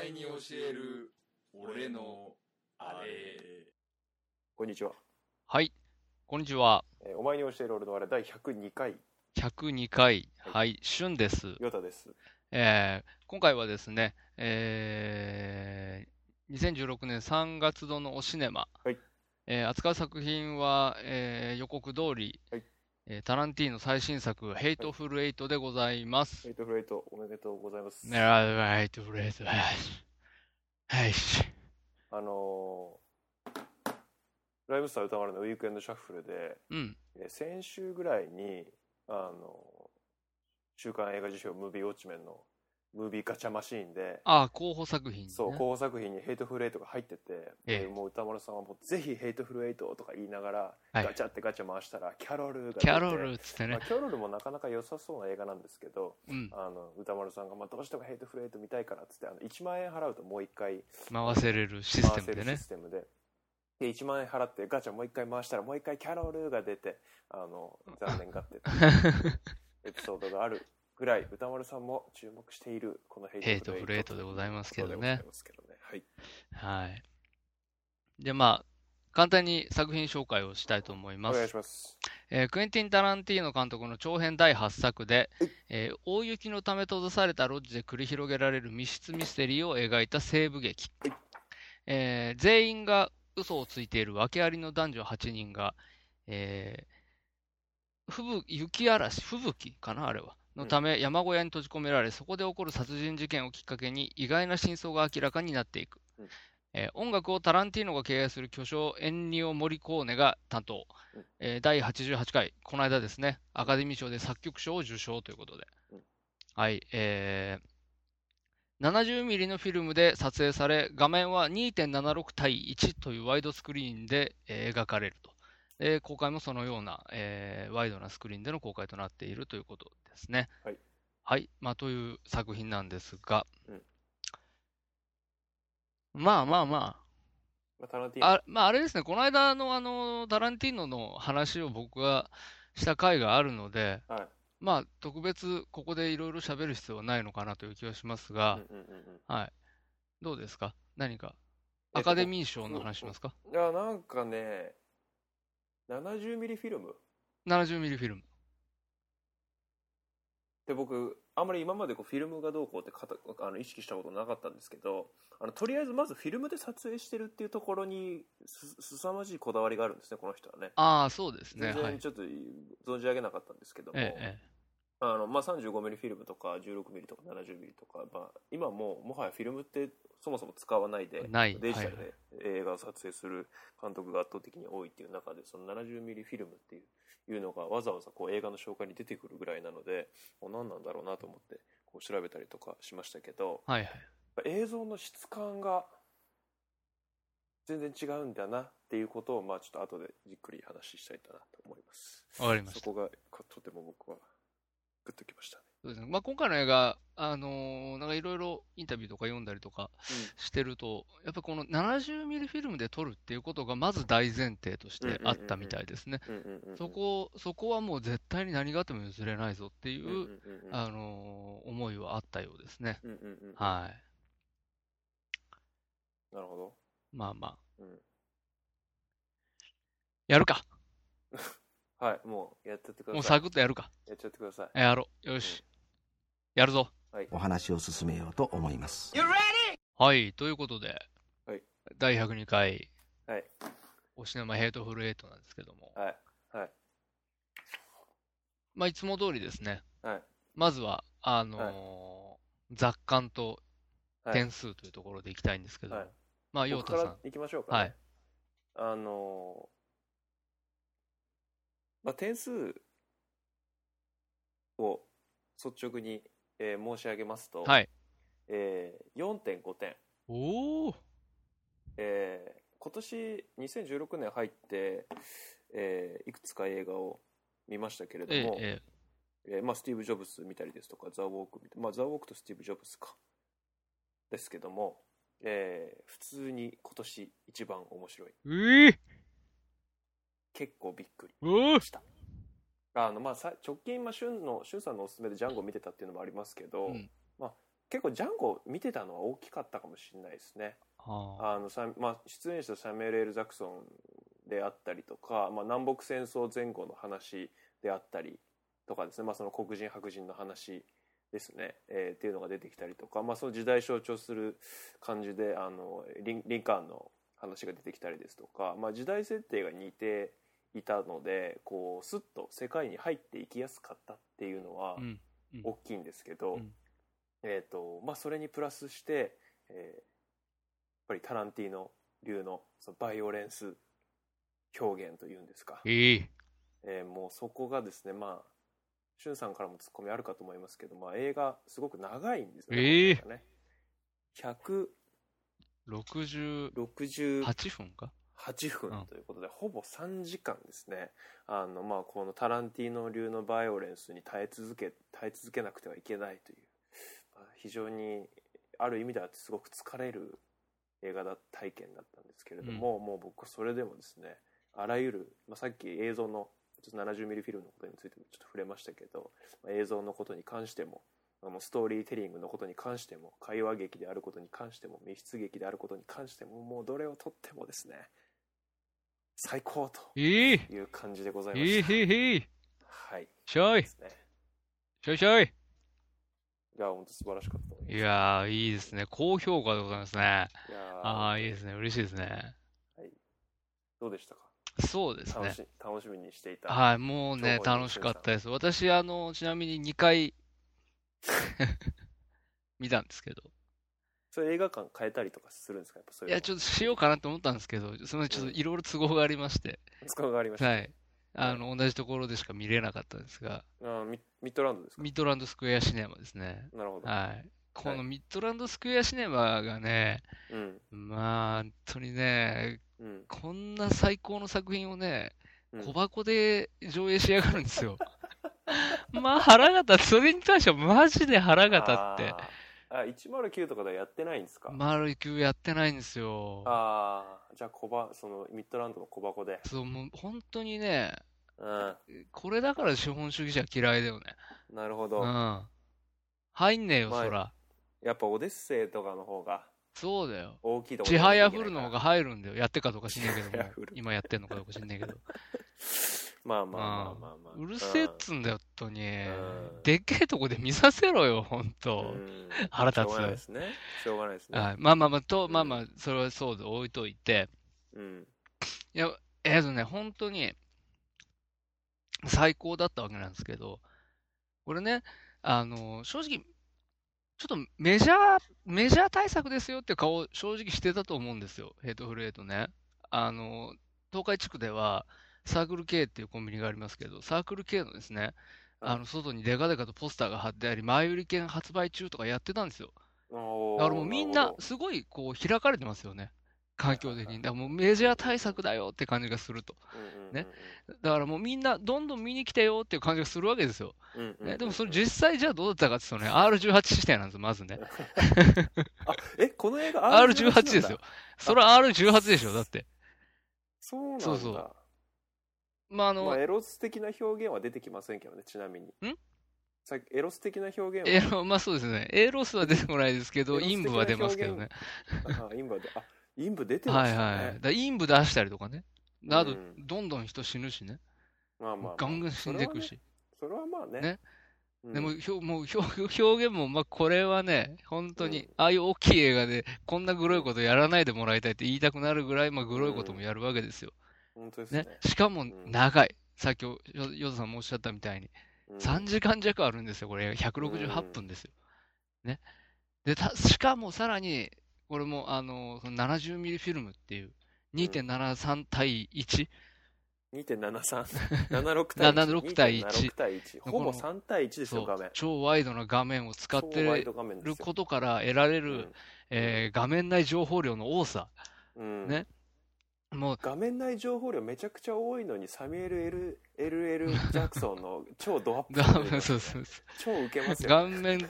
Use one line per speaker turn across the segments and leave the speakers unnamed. える俺のあれ
こんにちは。
はい。こんにちは。
えーお前に教える俺のあれ第102回、
102回。
はい
はい。しゅんです。
ヨタです。
えー今回はですね、えー2016年3月度のおシネマ。
はい
えー扱う作品は、えー予告通り、
はい
えータランティーノ最新作、ヘイトフルエイトでございま
フ
す。
レイトフレイト、おめでとうございます。
ねあヘイトフルエイト。はい。
あのーライブスター歌丸のウィークエンドシャッフルで、
うん。
えー先週ぐらいに、あのー週刊映画辞表ムービーウォッチメンのムービーガチャマシーンで、
ああ、候補作品、ね。
そう、候補作品にヘイトフルエイトが入ってて、
ええ
でもう歌丸さんはもうぜひヘイトフルエイトとか言いながら、
はい
ガチャってガチャ回したら、キャロルが出て
キャロルっつって
まあ
ね。
キャロルもなかなか良さそうな映画なんですけど、
うん。
あの歌丸さんが、まあ、どうしてもヘイトフレイト見たいからっつってあの1万円払うともう1回
回せれるシス
回
テム
せ
で
る
ね
シ。ステムでで1万円払ってガチャもう1回回したらもう1回キャロルが出てあの残念がってエピソードがあるぐらい歌丸さんも注目しているこのヘ
ヘ
イ
イ
ト
ト
フレイト
フルエイトでございますけど
と
ね
いうことでございますけどねはい
はい。で、まあ、簡単に作品紹介をしたいと思い
お
ま
願い
す。
します
えークエンティン・タランティーノ監督の長編第8作で
はい、
えー大雪のため閉ざされたロッジで繰り広げられる密室ミステリーを描いた西部劇。えー全員が嘘をついている訳ありの男女8人が、えー吹雪雪嵐、吹雪かなあれは。のため山小屋に閉じ込められ、そこで起こる殺人事件をきっかけに意外な真相が明らかになっていく
うん。
えー音楽をタランティーノが経営する巨匠エンニオ・モリコーネが担当。えー第88回、この間ですね、アカデミー賞で作曲賞を受賞ということで
うん、
はい、えー、70ミリのフィルムで撮影され、画面は2.76対1というワイドスクリーンで、えー描かれると。で公開もそのような、えーワイドなスクリーンでの公開となっているということですね。
はい。
はい、まあ、という作品なんですが、
うん
まあまあまあ、
まあタランティーノ
あ、まあ、あれですね、この間のあの、タランティーノの話を僕がした回があるので、
はい
まあ、特別ここでいろいろ喋る必要はないのかなという気はします
う
が
ん、うんうんうん
はい。どうですか何か、
えっと
アカデミー賞の話しますか
いやなんかね70ミリフィルム
?70 ミリフィルム。
で僕あんまり今までこうフィルムがどうこうってかたあの意識したことなかったんですけどあのとりあえずまずフィルムで撮影してるっていうところにす凄まじいこだわりがあるんですねこの人はね
ああ、そうですね、
全
はい
然。ちょっと存じ上げなかったんですけども、
ええ、ええ
あのまあ、35ミリフィルムとか16ミリとか70ミリとか、まあ、今もうもはやフィルムってそもそも使わないで
ない
デジタル
はい
で映画を撮影する監督が圧倒的に多いっていう中でその70ミリフィルムっていういうのがわざわざこう映画の紹介に出てくるぐらいなのでもう何なんだろうなと思ってこう調べたりとかしましたけど
はいはい。
映像の質感が全然違うんだなっていうことをまあちょっと後でじっくり話したいかなと思います。
わかりました
そ。こがとても僕はグッときましたね。
そうですね。まあ、今回の映画、あのーなんかいろいろインタビューとか読んだりとかしてると、やっぱこの70ミリフィルムで撮るっていうことがまず大前提としてあったみたいですね。
うんうんうんうん
そこ、そこはもう絶対に何があっても譲れないぞっていうう、
んうんうんうん
あのー思いはあったようですね。
うんうんうん
は
なるほど。
い。まあまあ。
うん
やるか。
はい、もうやっちゃってく
も
だ
う
さい。
サクッとやるか。
やっちゃってください。
やろう。よし。やるぞ。
はい。
お話を進めようと思います。
はい。ということで、
はい
第102回、
はい。
おしなまヘイトフルエイトなんですけども、
はい。はい。
まあ、いつも通りですね。
はい。
まずは、あのー雑感と
はい
点数というところでいきたいんですけど、
はい
まあ、ヨー
僕
タ
か
さ
ら
ん。
行きましょうか、ね。
はい
あのーまあ、点数を率直に、えー申し上げますと、
はい。
えー、4.5点。
おお
えー今年2016年入って、えーいくつか映画を見ましたけれど
ええ
も、、
ええ。
えーまあ、スティーブ・ジョブズ見たりですとかザ・ウォーク見たまあ、ザ・ウォークとスティーブ・ジョブズかですけども、えー普通に今年一番面白いう
え
結構びっくり
おー
したあの、まあ、さ直近、まあ、旬の旬さんのおすすめでジャンゴ見てたっていうのもありますけど、
うん
まあ、結構ジャンゴ見てたのは大きかったかもしれないですね
ああ
あのさまあ、出演したサミュエル・エル・ザクソンであったりとか、まあ、南北戦争前後の話であったりとかですね、まあ、その黒人白人の話ですね、えーっていうのが出てきたりとか、まあ、その時代象徴する感じであのリンリンカーンの話が出てきたりですとか、まあ、時代設定が似ていたのでこうスッと世界に入っていきやすかったっていうのは
うんうん
大きいんですけど、
うん
えーとまあ、それにプラスして、えーやっぱりタランティーノ流のそのバイオレンス表現というんですか、
ええ
えーもうそこがですねまあしゅんさんからもツッコミあるかと思いますけど、まあ、映画すごく長いんですよ
ええ
これがね
68
168
分か
8
うん
分ということで、ほぼ3時間ですねあの、まあ、このタランティーノ流のバイオレンスに耐え続け耐え続けなくてはいけないという、まあ非常にある意味ではすごく疲れる映画だ体験だったんですけれども、もう僕はそれでもですねあらゆる、まあ、さっき映像のちょっと70ミリフィルムのことについてもちょっと触れましたけど、まあ映像のことに関してもあのストーリーテリングのことに関しても会話劇であることに関しても密室劇であることに関してももうどれをとってもですね最高
ええ
という感じでございま
ええ
した、
へいへい
はい
しょい
ですね
しょいしょい
いや本当素晴らしかったと思い
い
ます
やー、いいですね。高評価でございます
い
ね。
やー
ああ、いいですね。嬉しいですね。
どうでしたか
そうです
楽
ね
し,、。楽しみにしていた
はい、もうね、
情報に
楽しかったです。私、あの、ちなみに2回 見たんですけど。
それ映画館変えたりとかするんですかやっぱそうい
い
う
や、ちょっとしようかなと思ったんですけど、すみません、ちょっといろいろ都合がありまして。
と使うがありました、
はい。あの、同じところでしか見れなかったんですが、
あーミミッドランドですか
ミッドランドスクエアシネマですね。
なるほど、
はい。このミッドランドスクエアシネマがね、
うん
まあ、本当にね、
うん
こんな最高の作品をね、
うん
小箱で上映しやがるんですよ。 まあ腹が立って、それに関してはマジで腹が立って、
あーあ109とかではやってないんですか、
丸い球やってないんですよ。
ああじゃあ小ばそのミッドランドの小箱で
そう、もう本当にね、
うん
これだから資本主義者嫌いだよね。
なるほ
う
ど、
ん。入んねえよ、
まあ
そら。
やっぱオデッセイとかの方が
そうだよ。
大きいとこ
ちはやふるの方が
が
入るんだよ。やってっかどうか知んないけ
ち
ど
は
も
やふる。
今やってんのかどうか知んないけど。
まあまあまあまあまあ、
うるせえっつうんだよ、本当に
ん。
でっけえとこで見させろよ、本当。
うん
腹立つ
しょうがないですねしょうがないですね、
はい。まあまあまあ、と、
うん
まあまあ、それはそうで置いといて、
うん
えっとね、本当に、最高だったわけなんですけど、これね、あの、正直、ちょっとメジャー、メジャー対策ですよって顔、正直してたと思うんですよ。ヘイトフルエイトね。あの、東海地区では、サークル K っていうコンビニがありますけど、サークル K のですね、あの、外にデカデカとポスターが貼ってあり、前売り券発売中とかやってたんですよ。
おー
だからもうみんな
るほ、ど
すごいこう開かれてますよね。環境的
はいはいは
に。
い
だからもうメジャー対策だよって感じがすると。
うんうんうん
ねだからもうみんなどんどん見に来てよっていう感じがするわけですよ。
うんうんうん
ね、でもそれ実際じゃあどうだったかっていうとね、R18 視点なんですよ、まずね。
あえこの映画
R18 ですよ。それは R18 でしょ、だって。
そうなんだ
そうそうまああの、
まあ、エロス的な表現は出てきませんけどねちなみに
ん
さっきエロス的な表現
エ
は
ロ、まあそうですね。エロスは出てこないですけど、
エロス的
陰
な
部は出ますけどね。
あ陰部はであ陰部出てま
は
し
い
たね、
はい。だから陰部出したりとかね。など、
うん
どんどん人死ぬしね。
まあまあまあ
ガンガン死んでいくし。
それはまあね。
ね
うん
でも、ひょもうひょ表現も、まあ、これはね、本当
う
に
ん、
ああいう大きい映画で、こんなグロいことやらないでもらいたいって言いたくなるぐらい、まあ、グロいこともやるわけですよ。
本当ですね
ね。。しかも、
ん
長い。さっきお、よヨドさんもおっしゃったみたいに、
うん
3時間弱あるんですよ、これ、168分ですよ。ね。で、た、しかもさらに、これも、あの、その70ミリフィルムっていう、2.73対1。
2.73。76対1。
76対1
2.76対1。ほぼ
この
3対1です
そ
よ、画
う
面。。
超ワイドな画面を使っ
超ワイ
て
ド画面ですよ
ることから得られる、えー画面内情報量の多さ。
うんうん
ねもう、
画面内情報量めちゃくちゃ多いのに、サミュエル・ L ・ L ・ L ・ジャクソンの超ドアップ
画
が出 て
面、
ます
そ
ね。
うそうそ
超ウケます
う。
よ。
顔面、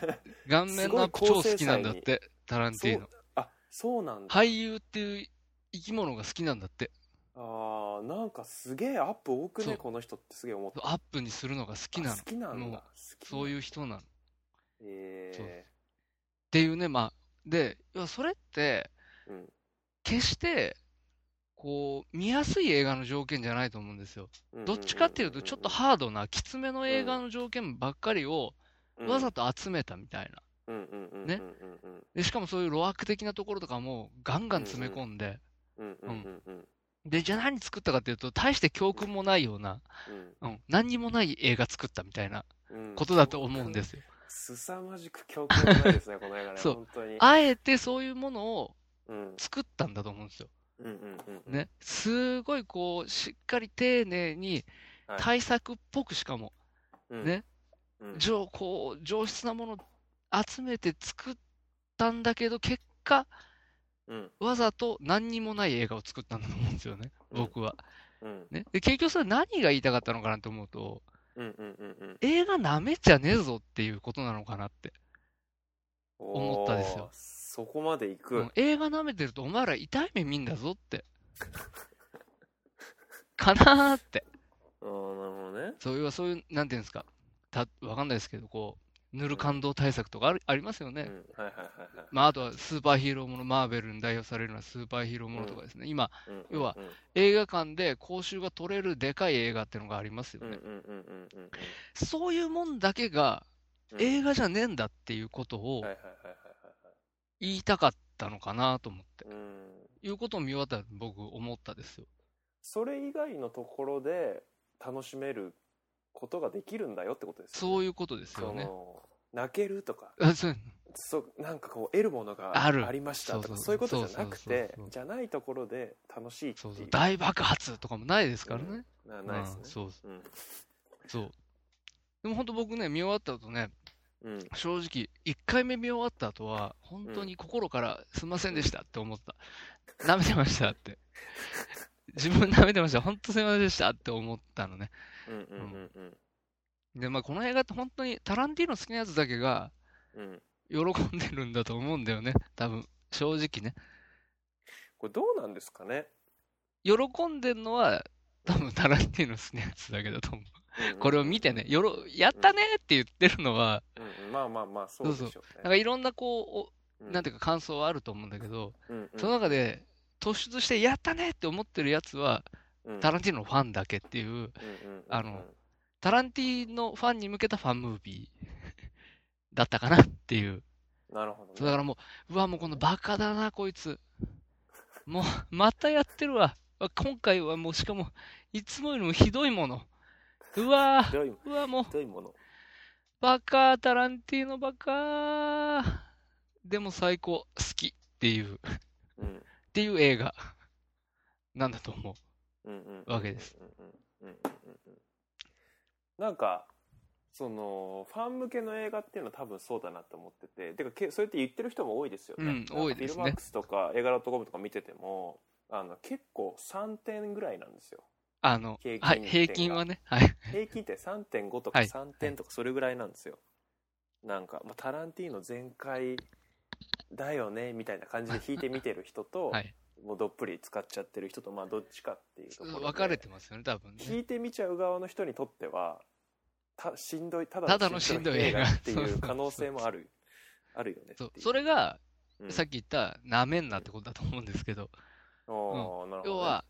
顔面のアップ超好きなんだって、タランティーノ
そう。あ、そうなんだ。
俳優っていう生き物が好きなんだって。
あーなんかすげえアップ多く
そう
ね、この人ってすげえ思った。
アップにするのが好きなの
あ好。きなん
もう
だ。好き。
そういうう人なの。
え
そう
え
っていうね、まあ、で、いやそれって、
うん
決して、こう、見やすい映画の条件じゃないと思うんですよ。どっちかっていうと、ちょっとハードな、きつめの映画の条件ばっかりを、わざと集めたみたいな。
うんうんうんうんうん
ねで、しかもそういう路悪的なところとかも、ガンガン詰め込んで、
うんうんうんうん
で、じゃあ何作ったかっていうと、大して教訓もないような、うん、何にもない映画作ったみたいな
うんうん
ことだと思うんですよ。
すさまじく教訓がないですね、この映画ね。
そう
本当に。
あえてそういうものを
うん
作ったんだと思うんですよ。
うんうんうんうん。
ね。すごいこう、しっかり丁寧に
はい
対策っぽくしかも、
うん
ね。
うん
上、こう、上質なもの集めて作ったんだけど、結果、
うん
わざと何にもない映画を作ったんだと思うんですよね。
うん
僕は。
うん
ね。で、結局それ何が言いたかったのかなと思うと、
うんうんうんうん。
映画舐めちゃねえぞっていうことなのかなって。思ったですよ
おーそこまで行
う
く
ん。映画舐めてるとお前ら痛い目見んだぞって。かなーって。
ああ、なるほどね。
そういう、そういう、なんていうんですか。た、わかんないですけど、こう、塗る感動対策とかある、ありますよ
う
ね。
ん。はいはいはいはい。
まあ、あとはスーパーヒーローもの、マーベルに代表されるのはスーパーヒーローものとかですね。今、
うんうん
要は、映画館で講習が取れるでかい映画ってのがありますよ
うんうん
ね。
うんうんうんうん
そういうもんだけが
うん。
映画じゃねえんだっていうことを
はいはいはいはい
言いたかったのかなと思って、
はいはい。うん。
いうことを見終わったら僕思ったですよ。
それ以外のところで楽しめることができるんだよってことですよね。
そういうことですよ
そ
ね。
の泣けるとか、
あそう
そうなんかこう得るものが
ある
ありましたと
そ
か
うそう
そういうことじゃなくて
そうそうそうそう
じゃないところで楽しいってい
そう
う
そう。大爆発とかもないですからね。
なないですね
うん、そう
うん
そう。でも本当僕ね、見終わった後ね、
うん
正直、1回目見終わった後は、本当に心からすいませんでしたって思った。舐めてましたって。自分舐めてました。本当すいませんでしたって思ったのね。
うんうんうん
で、まあこの映画って本当にタランティーノ好きなやつだけが
うんうん
喜んでるんだと思うんだよね。多分、正直ね。
これどうなんですかね
喜んでるのは、多分タランティーノ好きなやつだけだと思う。これを見てね、よろ、やったねって言ってるのは、
うんうんまあまあまあそうでしょう
なんかいろんなこう、おなんていううか感想はあると思うんだけど、
うん
その中で突出してやったねって思ってるやつは、
うん
タランティーノのファンだけっていう、
うんうんうんうん
あのタランティーノファンに向けたファンムービー だったかなっていう。
なるほどね
そうだからもう、うわ、もうこのバカだな、こいつ。もう、またやってるわ。わ今回はもう、しかも、いつもよりもひどいもの。うわ
ひどいう
わ、もう
ひ、どいもの
バカタランティーノバカでも最高、好きっていう、っ
うん
ていう映画なんだと思う。
うんうん
わけです
うんうんうんうんうんうんなんかそのファン向けの映画っていうのは多分そうだなと思ってててかけそうやって言ってる人も多いですよね、
うん
なんか
多いですね
フィルマックスとか映画 .com とか見ててもあの結構3点ぐらいなんですよ
あの、
平均
はい、
点が
平均はね、はい。
平均点3.5とか
はい
3点とかそれぐらいなんですよ、なんか、まあ、タランティーノ全開だよねみたいな感じで弾いて見てる人と、
はい
もうどっぷり使っちゃってる人とまあどっちかっていうところで
分かれてますよね、多分
聞
ね。
いてみちゃう側の人にとってはたしんどいただ
ただのしんどい映画
って
そう
い
そうう
可能性もあるあるよね
そう
ってい
それが、
うん
さっき言った、なめんなってことだと思うんですけど、
おーなるほどね
要は、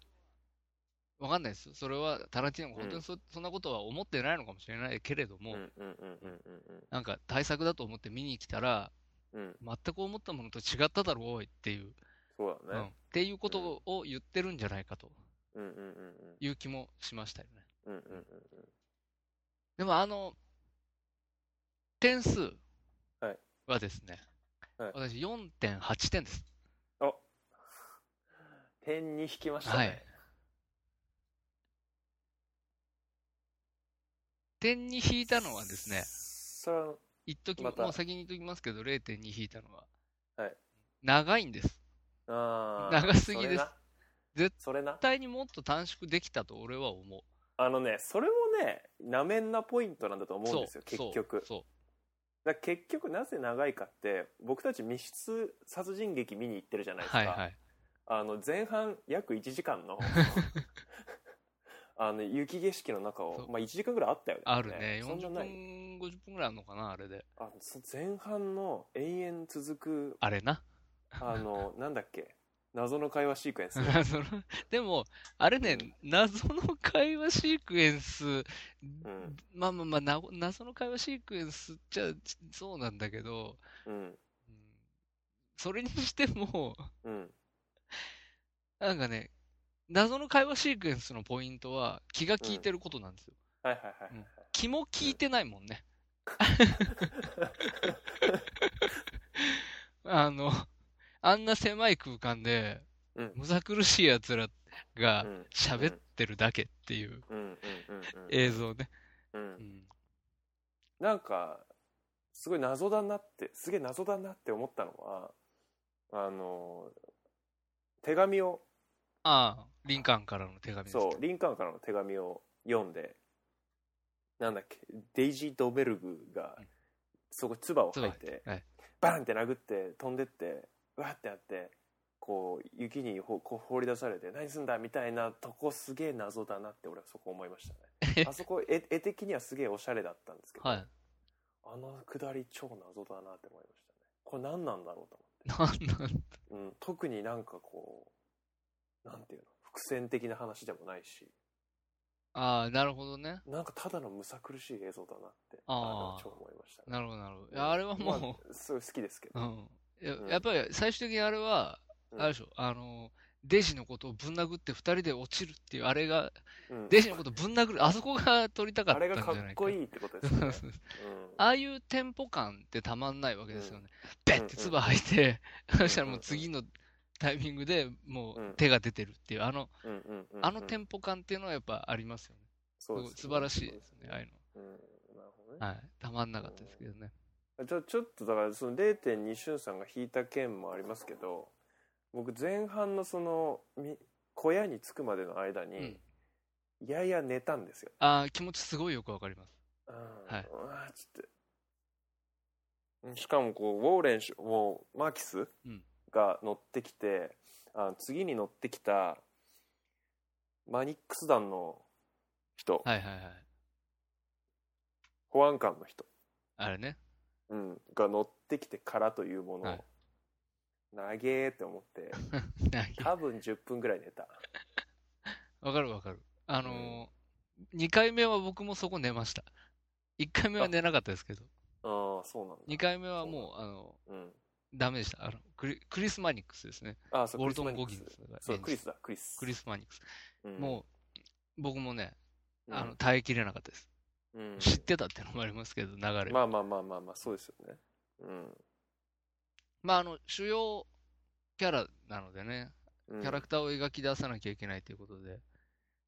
わかんないですよ。それは、タランティーノが本当にそ,、そんなことは思ってないのかもしれないけれど
う
も、
んうんうんうんうん
なんか対策だと思って見に来たら、
うんうん
全く思ったものと違っただろうおいっていう、
そう
う
だ
ん、っ
ね
ていうことを言ってるんじゃないかと
うんうんうん
いう気もしましたよね。
うんうんうんうん
でもあの、点数
はい
はですね、
はい
私4.8点です。
あ点に引きました
は
ね
い点に引いたのはですね、
それは
一時
また
もう先に言っときますけど、0.2引いたのは、
はい
長いんです。絶
あー
長すぎです
それ
絶
なそれな
対にもっと短縮できたと俺は思う。
あのねそれもねなめんなポイントなんだと思うんですよ結局
そう
だから結局なぜ長いかって僕たち密室殺人劇見に行ってるじゃ
そ
ない
う
ですか、
はいはい。
あの前半約1時間のあの雪景色の中
そ
を、
う
まあ、1時間ぐらいあったよね
あるね。
そん
40
な
分
ない、
50分ぐらいあるのかな、あれで。
あそ前半の延々続 く
あれな。
あのなんだっけ謎の会話シー クエンス
そのでも、あれね、謎の会話シークエンス、
ん
まあまあまあな、謎の会話シークエンスっちゃそうなんだけど、
うん
うんそれにしても、
うん
なんかね、謎の会話シークエンスのポイントは気が利いてることなんですよ。
はいはいはい、
うん気も利いてないもんね。 あの、あんな狭い空間で、
うん
むさ苦しい奴らが
うん
喋ってるだけっていう
うんうんうんうん
映像ね。
うん
うん
なんかすごい謎だなってすげえ謎だなって思ったのはあの手紙を
ああ、リンカーンからの手紙ですね
そうリンカーンからの手紙を読んでなんだっけデイジー・ドベルグが
うん
そこ唾を
そう
吐
だ
いて
はい
バーンって殴って飛んでってわーってやってこう雪にほこう放り出されて何すんだみたいなとこすげえ謎だなって俺はそこ思いましたねあそこ絵絵的にはすげえおしゃれだったんですけど、
はい。
あの下り超謎だなって思いましたねこれ何なんだろうと
なん なん
思って、うん、特になんかこうなんていうの伏線的な話でもないし
ああ、なるほどね。
なんかただのむさ苦しい映像だなって
あー
あの超思いましたね
なるほど、なるほどいや。あれはも
まあすごい好きですけ
う、
ど、
うん。や
うん
やっぱり最終的にあれは、
うん
あれでしょ、あの、デジのことをぶん殴って二人で落ちるっていう、あれが、
うん
デジのことぶん殴る、あそこが撮りたかっ
あ
たん
れ
じゃ
が
な
かっ
いか。
こいいってことですよね、
そうそう
うん
ああいうテンポ感ってたまんないわけですよね。ベ
うん
ッて
うん
唾吐いて、そしたら
うんうん
も
う
うん次のタイミングでも
う
うん手が出てるっていう、あの、
うんうんうんうん
あのテンポ感っていうのはやっぱありますよね。す
そ
ご
う
い
ですね
素晴らしいですね、ああいう
うんなるほどね
の。はい。たまんなかったですけどね。
ちょちょっとだからその0.2俊さんが引いた件もありますけど僕前半のそのみ小屋に着くまでの間
う
に
ん、。
やや寝たんですよ、
ああ、気持ちすごいよくわかります。
うん
はいう
わーちょっとうんしかもこうウォーレン氏もうマーキス
うん
が乗ってきてあ次に乗ってきたマニックス団の人、
はいはいはい。
保安官の人、
あれね。
うん、が乗ってきてからというものを、
はい
長えって思って
ない
多分10分ぐらい寝た
わかるわかる。あのー、2回目は僕もそこ寝ました。1回目は寝なかったですけど、
ああそうなんだ
2回目はもう、あの、
うん
ダメでした。あのクリクリス・マニックスですね。
ああそ
ウォ
う
ルトン・ゴ
ク
ギ
リスマニックス
ンスが
そう
演
ク
じ
リ
た
スだクリス
クリス・マニックス。
うん
もう、僕もね、
うん
あの、耐えきれなかったです。
うん
知ってたっていうのもありますけど、流れ。ま
ま
あ、
あまあまあまあまあそうですよねうん
あの、主要キャラなのでね、
キ
キャラクターを描き出さなきゃいけないということで、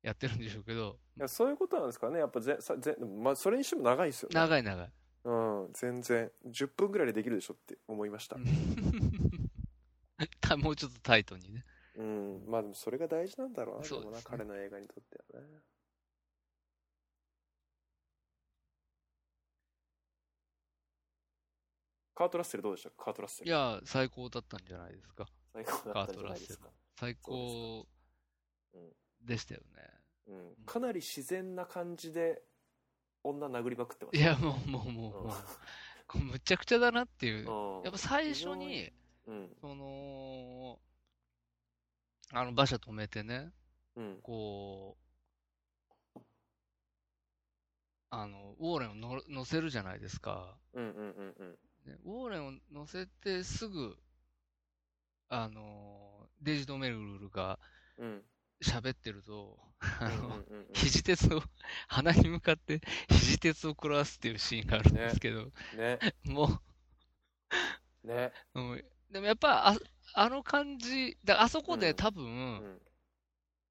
やってるんでしょうけど、
いやそういうことなんですかねやっぱぜさぜ、まあ、それにしても長いですよね
長い長い。
うん全然10分ぐらいでできるでしょって思いました
たもうちょっとタイトにね。
うんまあでもそれが大事なんだろうな
そう
でも
で
な
すね
彼の映画にとってはねカートラッセルどうでしたカートラッセル
いや、最高だったんじゃないですか。
最高だったんじゃないですか
カートラッセル最高
そうです
でしたよね。
うん、かなり自然な感じで女殴りまくってま
い
した
や、もう、もう、もう、もうこれむちゃくちゃだなっていう。
うん
やっぱ最初に、
うん
その、あの馬車止めてね、
うん
こう、あの、ウォーレンを乗乗せるじゃないですか。
うんうんうんうん
ねウォーレンを乗せてすぐ、あの、デジドメルルが
うん
喋ってると、あ
うん
の、
うんうんうん
肘鉄を、鼻に向かって肘鉄を食らわすっていうシーンがあるんですけど、
ね
も
ね
う、うんでもやっぱあ、あの感じ、だあそこ
う
で
ん
多分、
うん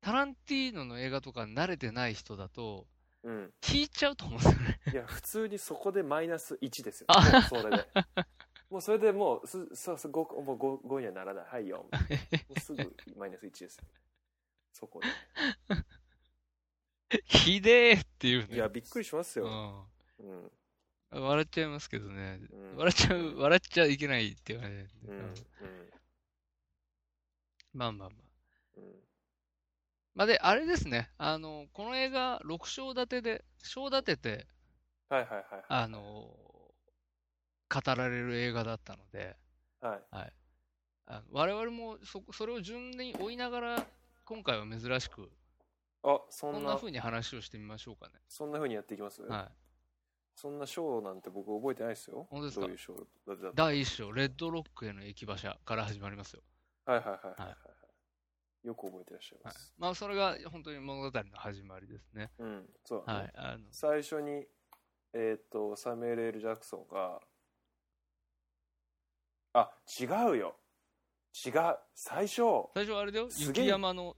タランティーノの映画とか慣れてない人だと、
うん
聞いちゃうと思うんですよね。
いや普通にそこでマイナス1ですよ
あ
もうそれでもうそれでもうすそうそう 5, もう 5, 5にはならないはいよもうすぐマイナス1ですよそこ
ひでえっていう
で
ね。
いやびっくりします
う
よ、
ん
うん
笑っちゃいますけどね。
うん
笑っちゃう、笑っちゃいけないっていう感じで、
うんうん
まあまあまあ。
うん
まあ、で、あれですね。あの、この映画、6章立てで、章立てて、
はいはいはいはい。
あの、語られる映画だったので、
はい。
あの我々もそ、それを順に追いながら、今回は珍しく、
あ、そ
こ
ん
んな
な、
風に話をしてみましょうかね。
そんな風にやっていきます
はい。
そんな賞なんて僕覚えてないですよ。
本当ですか
どういう賞だってだって
第1章、レッドロックへの駅馬車から始まりますよ。
はいはいはいはいはい。
は
よく覚えてらっしゃいま
はい
す。、
まあ、それが本当に物語の始まりですね。
うん、そうだね、
はい。あの
最初に、えっ、と、サミュエル・ L ・ジャクソンが、あ、違うよ。違う。最初、
最初あれだよ、
すげえ
雪山の、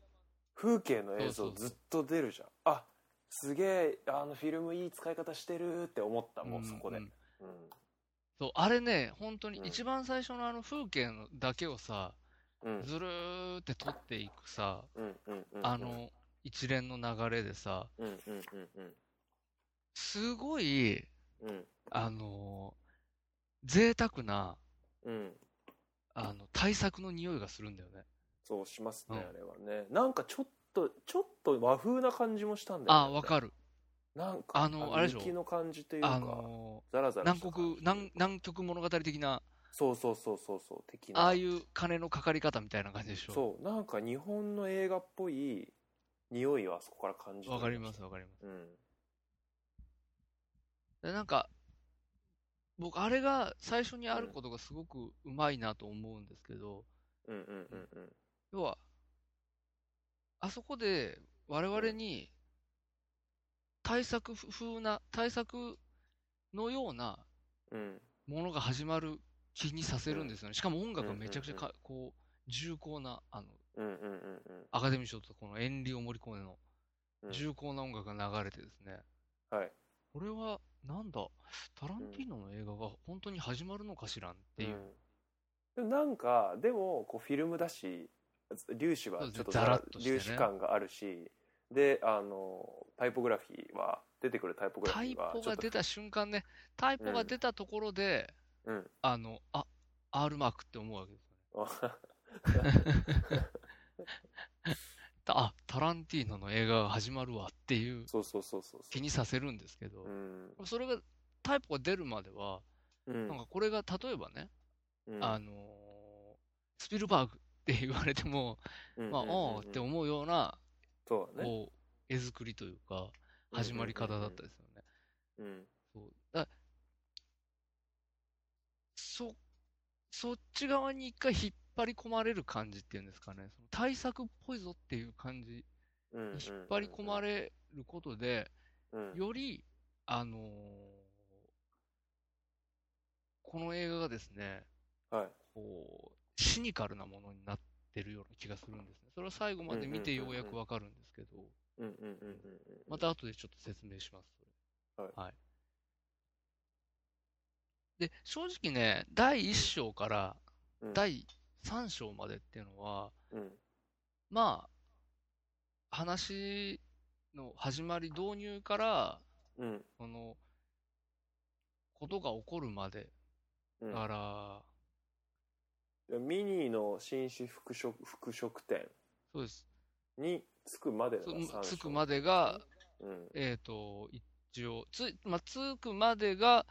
風景の映像
そうそうそう
ずっと出るじゃん。あ、すげえ、あのフィルムいい使い方してるって思った、もうそこで。
う
うんん
うん。そう、あれね、本当に
うん
一番最初のあの風景のだけをさ、
うん。
ずるーって撮っていくさ、
うん。うん。うん
あ、の、一連の流れでさ、
うん。うん。うん。うん。
すごい、
うん。
あのー贅沢な、
うん。
あの、対策の匂いがするんだよね。
そうしますね、
うん
あれはね。なんかちょっと、ちょっと和風な感じもしたんだよね。
あ、わか
る。
る。
なんか、
あのあれでしょ
雪の感じという
あ
か、
の
ザラザ
ー
ラ
南
した
国、
感じ
南、南極物語的な、
そうそうそうそうそう、的な。
ああいう金のかかり方みたいな感じでしょ。
そう、なんか日本の映画っぽい匂いはそこから感じて
わかります、。わかります。
うん。
でなんか、僕、あれが最初にあることがすごくうまいなと思うんですけど、
うんうんうんうん。
要は、あそこで我々に対策風な、対策のような
うん。
ものが始まる気にさせるんですよね。しかも音楽がめちゃくちゃか
う
こう、重厚な、あの、
うんうんうんうん
アカデミー賞とこのエンリオ・モリコーネの
うん。
重厚な音楽が流れてですね、
はい。
これは、なんだ、タランティーノの映画が本当に始まるのかしらんっていう
う。んでもなんかでもこうフィルムだし粒子はちょっと
ザラッとしてね
粒子感があるしであのタイポグラフィーは出てくるタイポグラフ
タ
ィ
イ
ーは
ポ
ちょっ
が
と
出た瞬間ね、タイポが出たところで、
うん
あの、あ、R マークって思うわけですよね。
あ
たあ、タランティーノの映画が始まるわってい う
そうそうそうそう
気にさせるんですけど
う、ん
それが、タイプが出るまでは、
うん
なんかこれが例えばね、
うん
あのースピルバーグって言われても、
うん
まあ、
うん
おーって思うような、
そうだね
こう、絵作りというか、始まり方だったですよね。
うん
そう。だそ、そっち側に一回引っ張り込まれる感じっていうんですかね。その対策っぽいぞっていう感じ
うんうんうん
引っ張り込まれることで、
うん
より、あのーこの映画がですね、
はい
こう、シニカルなものになってるような気がするんですね。それは最後まで見て
うんうんう
よ
んう
うんやくわかるんですけど、
うんうんうんうんうん
また後でちょっと説明します。
はい
で、正直ね、第1章から
うん
第3章までっていうのは、
うん
まあ、話の始まり導入から、
うん
その、ことが起こるまで、
うん
だから、
ミニーの紳士服飾服飾店
そうです。
に着くまでの
つ
3
つくま
で
でが、
うん
えっ、と、一応、つ、まあ、つくまでが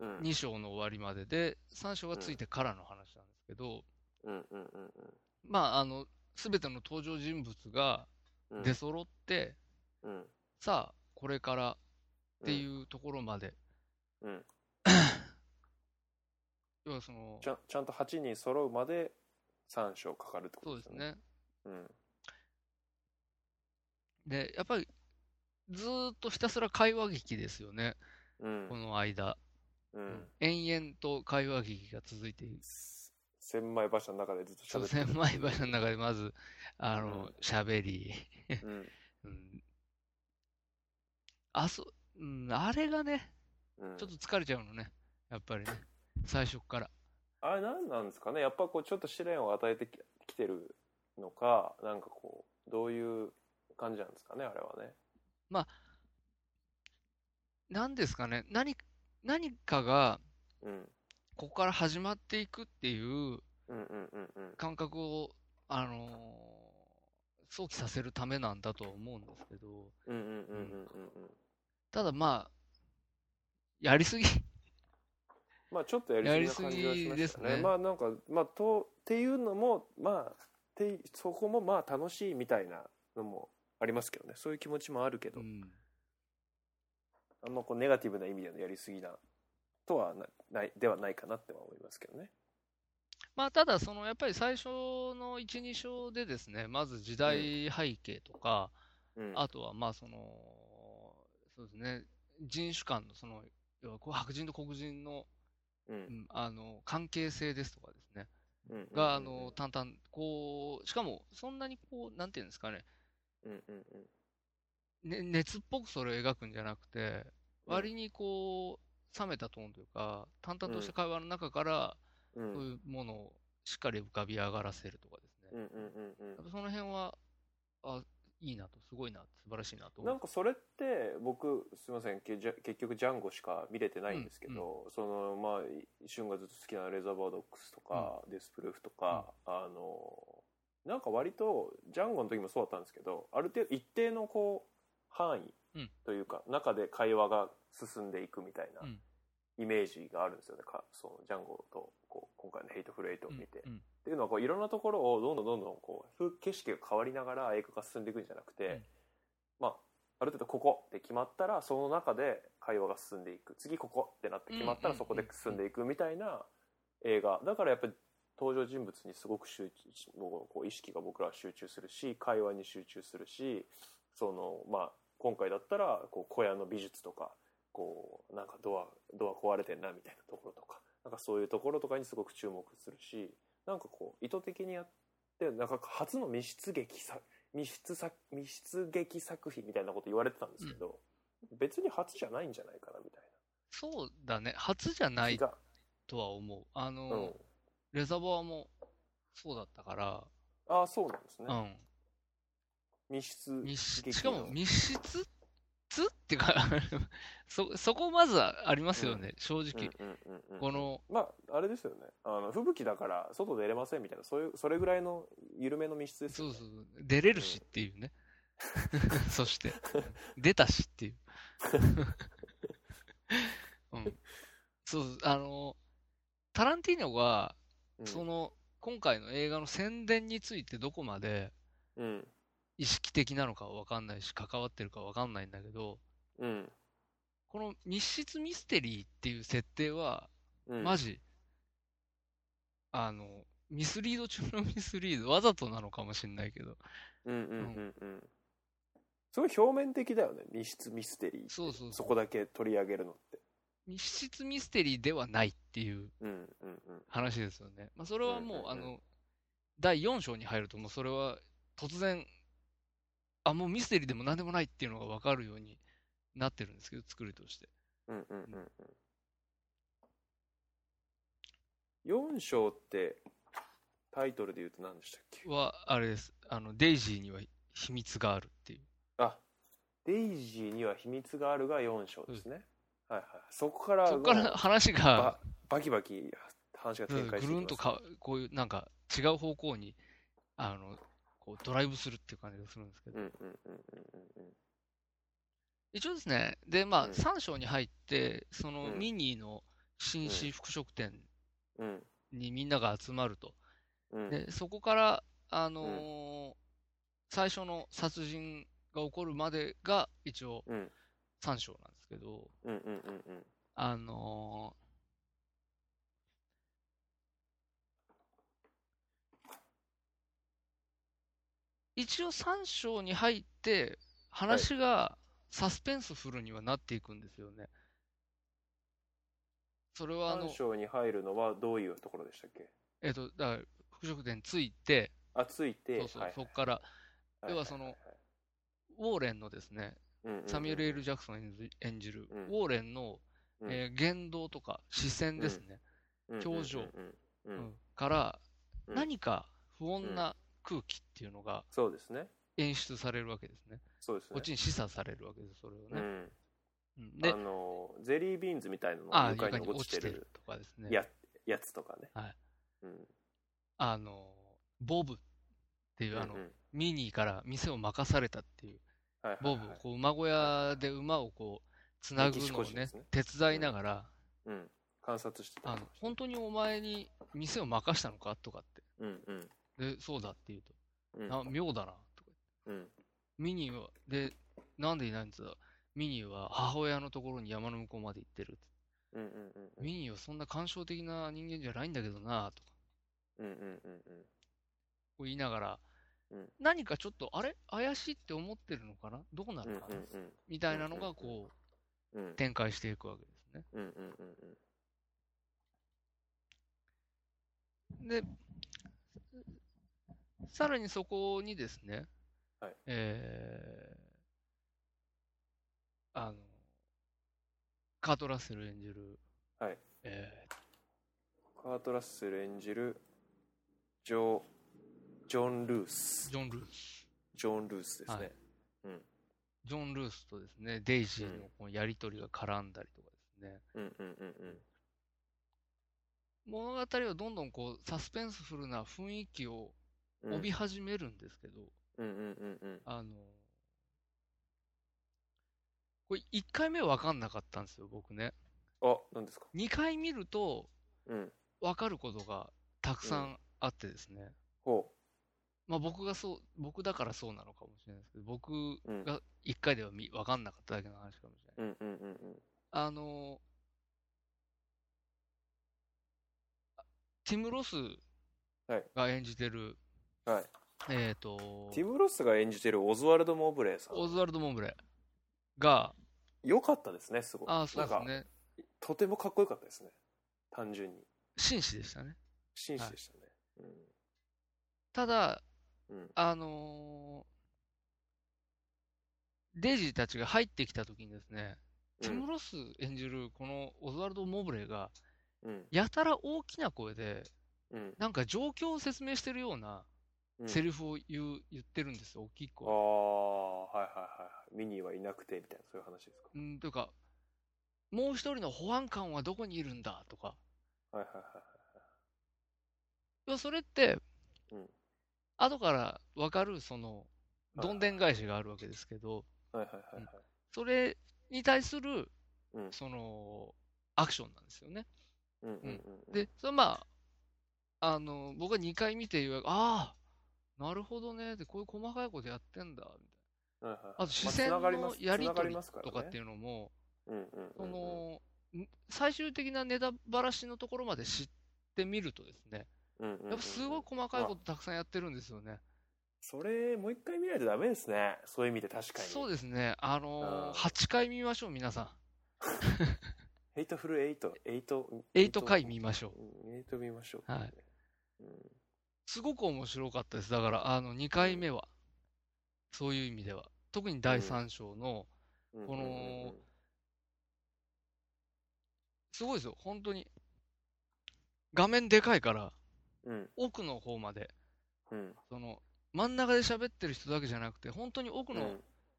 うん
2章の終わりまでで、3章がついてからの話なんですけど、
うんうんうん
まあ、あの、すべての登場人物が
うん
出揃って、
うん
さあ、これからって
う
い
ん
うところまで。
うん。
要はその
ち、ゃんちゃんと8人揃うまで3章かかるってこ
そう
とですすよ
で
ね
ね。
うん
で、やっぱり、ずーっとひたすら会話劇ですよね、
うん
この間。
うん
延々と会話劇が続いている。
す千枚馬車の中でずっと喋
その
って
千枚馬車の中でまず、あの
うん、
喋、り、
うん
うん。あそ、うん、あれがね、
うん
ちょっと疲れちゃうのね。やっぱりね。最初っから。
あれ何なんですかねやっぱこうちょっと試練を与えてききてるのかなんかこうどういう感じなんですかねあれはね
何ですかね。何、何かが、
うん
ここから始まっていくってい
う
う
んうんうんうん
感覚を、あのー想起させるためなんだとは思うんですけど、
うんうんうんうんうんうん。
ただまあ、やりすぎ、
まあちょっとやりすぎな感じはしました
やりすぎです
ね。
ね
まあなんか、まあと、っていうのも、まあ、てそこもまあ楽しいみたいなのもありますけどね。そういう気持ちもあるけど、
うん
あんまこうネガティブな意味でのやりすぎな、とはなない、ではないかなっては思いますけどね。
まあ、ただ、そのやっぱり最初の1、2章でですね、まず時代背景とか、
うん。
あとは、まあ、その、そうですね、人種間の、その、要はこう白人と黒人の、
うん、う
うんんあの、関係性ですとかですね、
うんうんうん
が、あの、、淡々、こう、しかも、そんなにこう、なんていうんですかね、
うんうんうん。
ね熱っぽくそれを描くんじゃなくて、
うん
割にこう、冷めたトーンというか、淡々とした会話の中から、
う
そうんいうものをしっかり浮かび上がらせるとかです
う
ね。
んうんうん
やっぱその辺は、あ、いいなと、すごいな、素晴らしいなと
うん、
思
な
うん
かそれって僕すいませんけじゃ結局ジャンゴしか見れてないんですけど、そのまあ旬がずっと好きなレザーバードックスとか、デスプルーフとか、あのなんか割とジャンゴの時もそうだったんですけどある程度一定のこう範
う
囲
ん
というか、中で会話が進んでいくみたいな
うん
イメージがあるんですよね、かそのジャンゴとこう今回の「ヘイトフルエイト」を見て、
うんうん
っていうのはこういろんなところをどんどんどんどんこう風景色が変わりながら映画が進んでいくんじゃなくて、
うん
まあある程度ここって決まったらその中で会話が進んでいく次ここってなって決まった
う
ら
ん
そこで進んでいくみたいな映画だからやっぱり登場人物にすごく集中もうこう意識が僕らは集中するし会話に集中するしそのまあ今回だったらこう小屋の美術とかこうなんかドアドア壊れてんなみたいなところとかなんかそういうところとかにすごく注目するしなんかこう意図的にやってなんか初の密室劇作密室作密室劇作品みたいなこと言われてたんですけど、別に初じゃないんじゃないかなみたい
そうだね、初じゃな
な気
い
が、
とは思う。あの、
うん
レザボアもそうだったから、
ああそうなんですね、
うん。
密室
密室、
劇
しかも
の
密室つってか、 そ、そこまずはありますよね、正直。
うんうんうんうん
この、
まああれですよねあの吹雪だから外出れませんみたいなそういうそれぐらいの緩めの密室ですよ
そう
ね
そう、出れるしっていうね。 そして、出たし っていう。うん。そう、あの、タランティーノが、
うん
その、今回の映画の宣伝についてどこまで
うん
意識的なのかはわかんないし、関わってるかわかんないんだけど、
うん
この密室ミステリーっていう設定は、
うん
マジ、あの、ミスリード中のミスリード、わざとなのかもしれないけど、
うんうんうんうんすごい表面的だよね密室ミステリー
そうそう
そこだけ取り上げるのって
密室ミステリーではないっていう
うんうんうん
話ですよね。まあ、それはもう、
うんうんうん
あの、第4章に入ると、もうそれは突然、あ、もうミステリーでも何でもないっていうのが分かるようになってるんですけど、作りとして。
うんうんうんうん4章ってタイトルで言うと何でしたっけ
は、あれです。あの、デイジーには秘密があるっていう。
あデイジーには秘密があるが4章ですね、はいはいそこから
そこから話が
バ、バキバキ話が
うん
展開していきます
ぐるんとか、こういうなんか違う方向に、あの、こうドライブするっていう感じがするんですけど。
うんうんうんうんうん
一応ですね、で、まあ、
うん
3章に入って、その
うん
ミニーの紳士服飾店
うん
にみんなが集まると。
うんうん
で、そこから、あのー最初の殺人が起こるまでが一応
うん
3章なんですけど、
うんうんうんうん
あのー一応3章に入って話がサスペンスフルにはなっていくんですよね。それはあの
3、章に入るのはどういうところでしたっけ
えっと、だから、服飾店ついて、
あついて
そうそう、
はい
そこから、
はい
要はそのウォーレンのですね、
うんうんうん
サミュエル・ L ・ジャクソン演じ演じる、
うん
ウォーレンの、
うん
えー言動とか視線ですね、表情
うんうんうんうん
うんから、
うん
何か不穏な空気っていうのが
そうですね
演出されるわけですね。
そうですね
こっちに示唆されるわけです、それを
う
ね。
ん
うん
あ
で、
のゼリービーンズみたいなの
あ
が
あ、
床
床
に
に
落
落
ち
ち
て
て
る
るとかですね。
ややつとかね
はい
うん
あの、ボブっっていう、あの
うんう、ん
ミニーから店を任されたっていう、
はいはいはい
ボブをこう馬小屋で馬をこう、つなぐ
メキシ
の
コ
を
人
ね
ですね、
手伝いながら、
うん、観察してた
あの、本当にお前に店を任したのかとかって。
うんうん
で、そうだって言う
う
と、
ん
な、妙だな、とか。
うん
ミニーは、で、なんでいないんですかミニーは母親のところに山の向こうまで行ってるって。
うんうんうんうん
ミニーはそんな感傷的な人間じゃないんだけどな、とか。
うんうんうんうん
こう言いながら、
うん
何かちょっと、あれ怪しいって思ってるのかなどうな
うんう
の
ん
かな、みたいなのが、
うんうん
こう、
うんうん
展開していくわけですね。
うんうんうんうん
で、さらにそこにですね、
はい
えーあの、カート・ラッセル演じる、
はい
え
カート・ラッセル演じるジョジョン・ルース
ージョン・ルース。
ジョン・ルースですね、
はい
うん
ジョン・ルースとですね、デイジーのこのやりとりが絡んだりとかですね、
うんうんうんうん
物語をどんどんこう、サスペンスフルな雰囲気を
うん
帯び始めるんですけど、
うんうんうんうん
あの、これ1回目わかんなかったんですよ、僕ね。
あ何ですか
2回見ると、
うん
分かることがたくさんあってですね、
ほ
まあ僕がそう、僕だからそうなのかもしれないですけど、僕が1回では見分かんなかっただけの話かもしれない。
ううんうんうんうん
あのティム・ロス
はい
が演じてる、
はい
えっ、と、
ティム・ロスが演じてるオズワルド・モブレーさ
オ
ん
ズワルド・モンブレが、
良かったですねすごい
ああ、そうです
なんか
ね、
とてもかっこよかったですね単純に
紳士でしたね。
紳士でしたね、
ただ、
うんうん
あのーデイジーたちが入ってきた時にですね、ティム・ロス演じるこのオズワルド・モブレが、
うん
やたら大きな声で、
うん
なんか状況を説明してるような
うん
セリフを言う、言ってるんですよ、大きい
あ
声。
あはいはいはいはいミニーはいなくてみたいなそういう話ですか
うん、というか、もう一人の保安官はどこにいるんだとか。
はいはいはい
いや、それって、
うん
後からわかる、その、
はい
どんでん返しがあるわけですけど、
はいはいはいはい
それに対する、
うん
その、アクションなんですよね。
うんうんうん
で、それはまあ、あの、僕は2回見てようやく、ああ、なるほどね、で、こういう細かいことやってんだ、みた
は
い
いはいはい
な。あと、視線
まあ繋がりま
の
す
やり
繋が
と
り
り
ますからね
とかっていうのも、
うんうんうん
その、ん最終的なネタばらしのところまで知ってみるとですね、
うんうんうん
やっぱすごい細かいことたくさんやってるんですよね。
それもう一回見ないとダメですねそういう意味で確かに
そうですね、あ
うん
のー、8回見ましょう、皆さ
ヘイトフルエイトエイト
ん。8回見ましょう。
うんエイト見ましょう
はい
うん
すごく面白かったです。だから、あの、2回目は、そういう意味では。特に第3章の、
うん
この
うんうん
すごいですよ、本当に。画面でかいから、
うん
奥の方まで、
うん
その、真ん中で喋ってる人だけじゃなくて、本当に奥
うん
の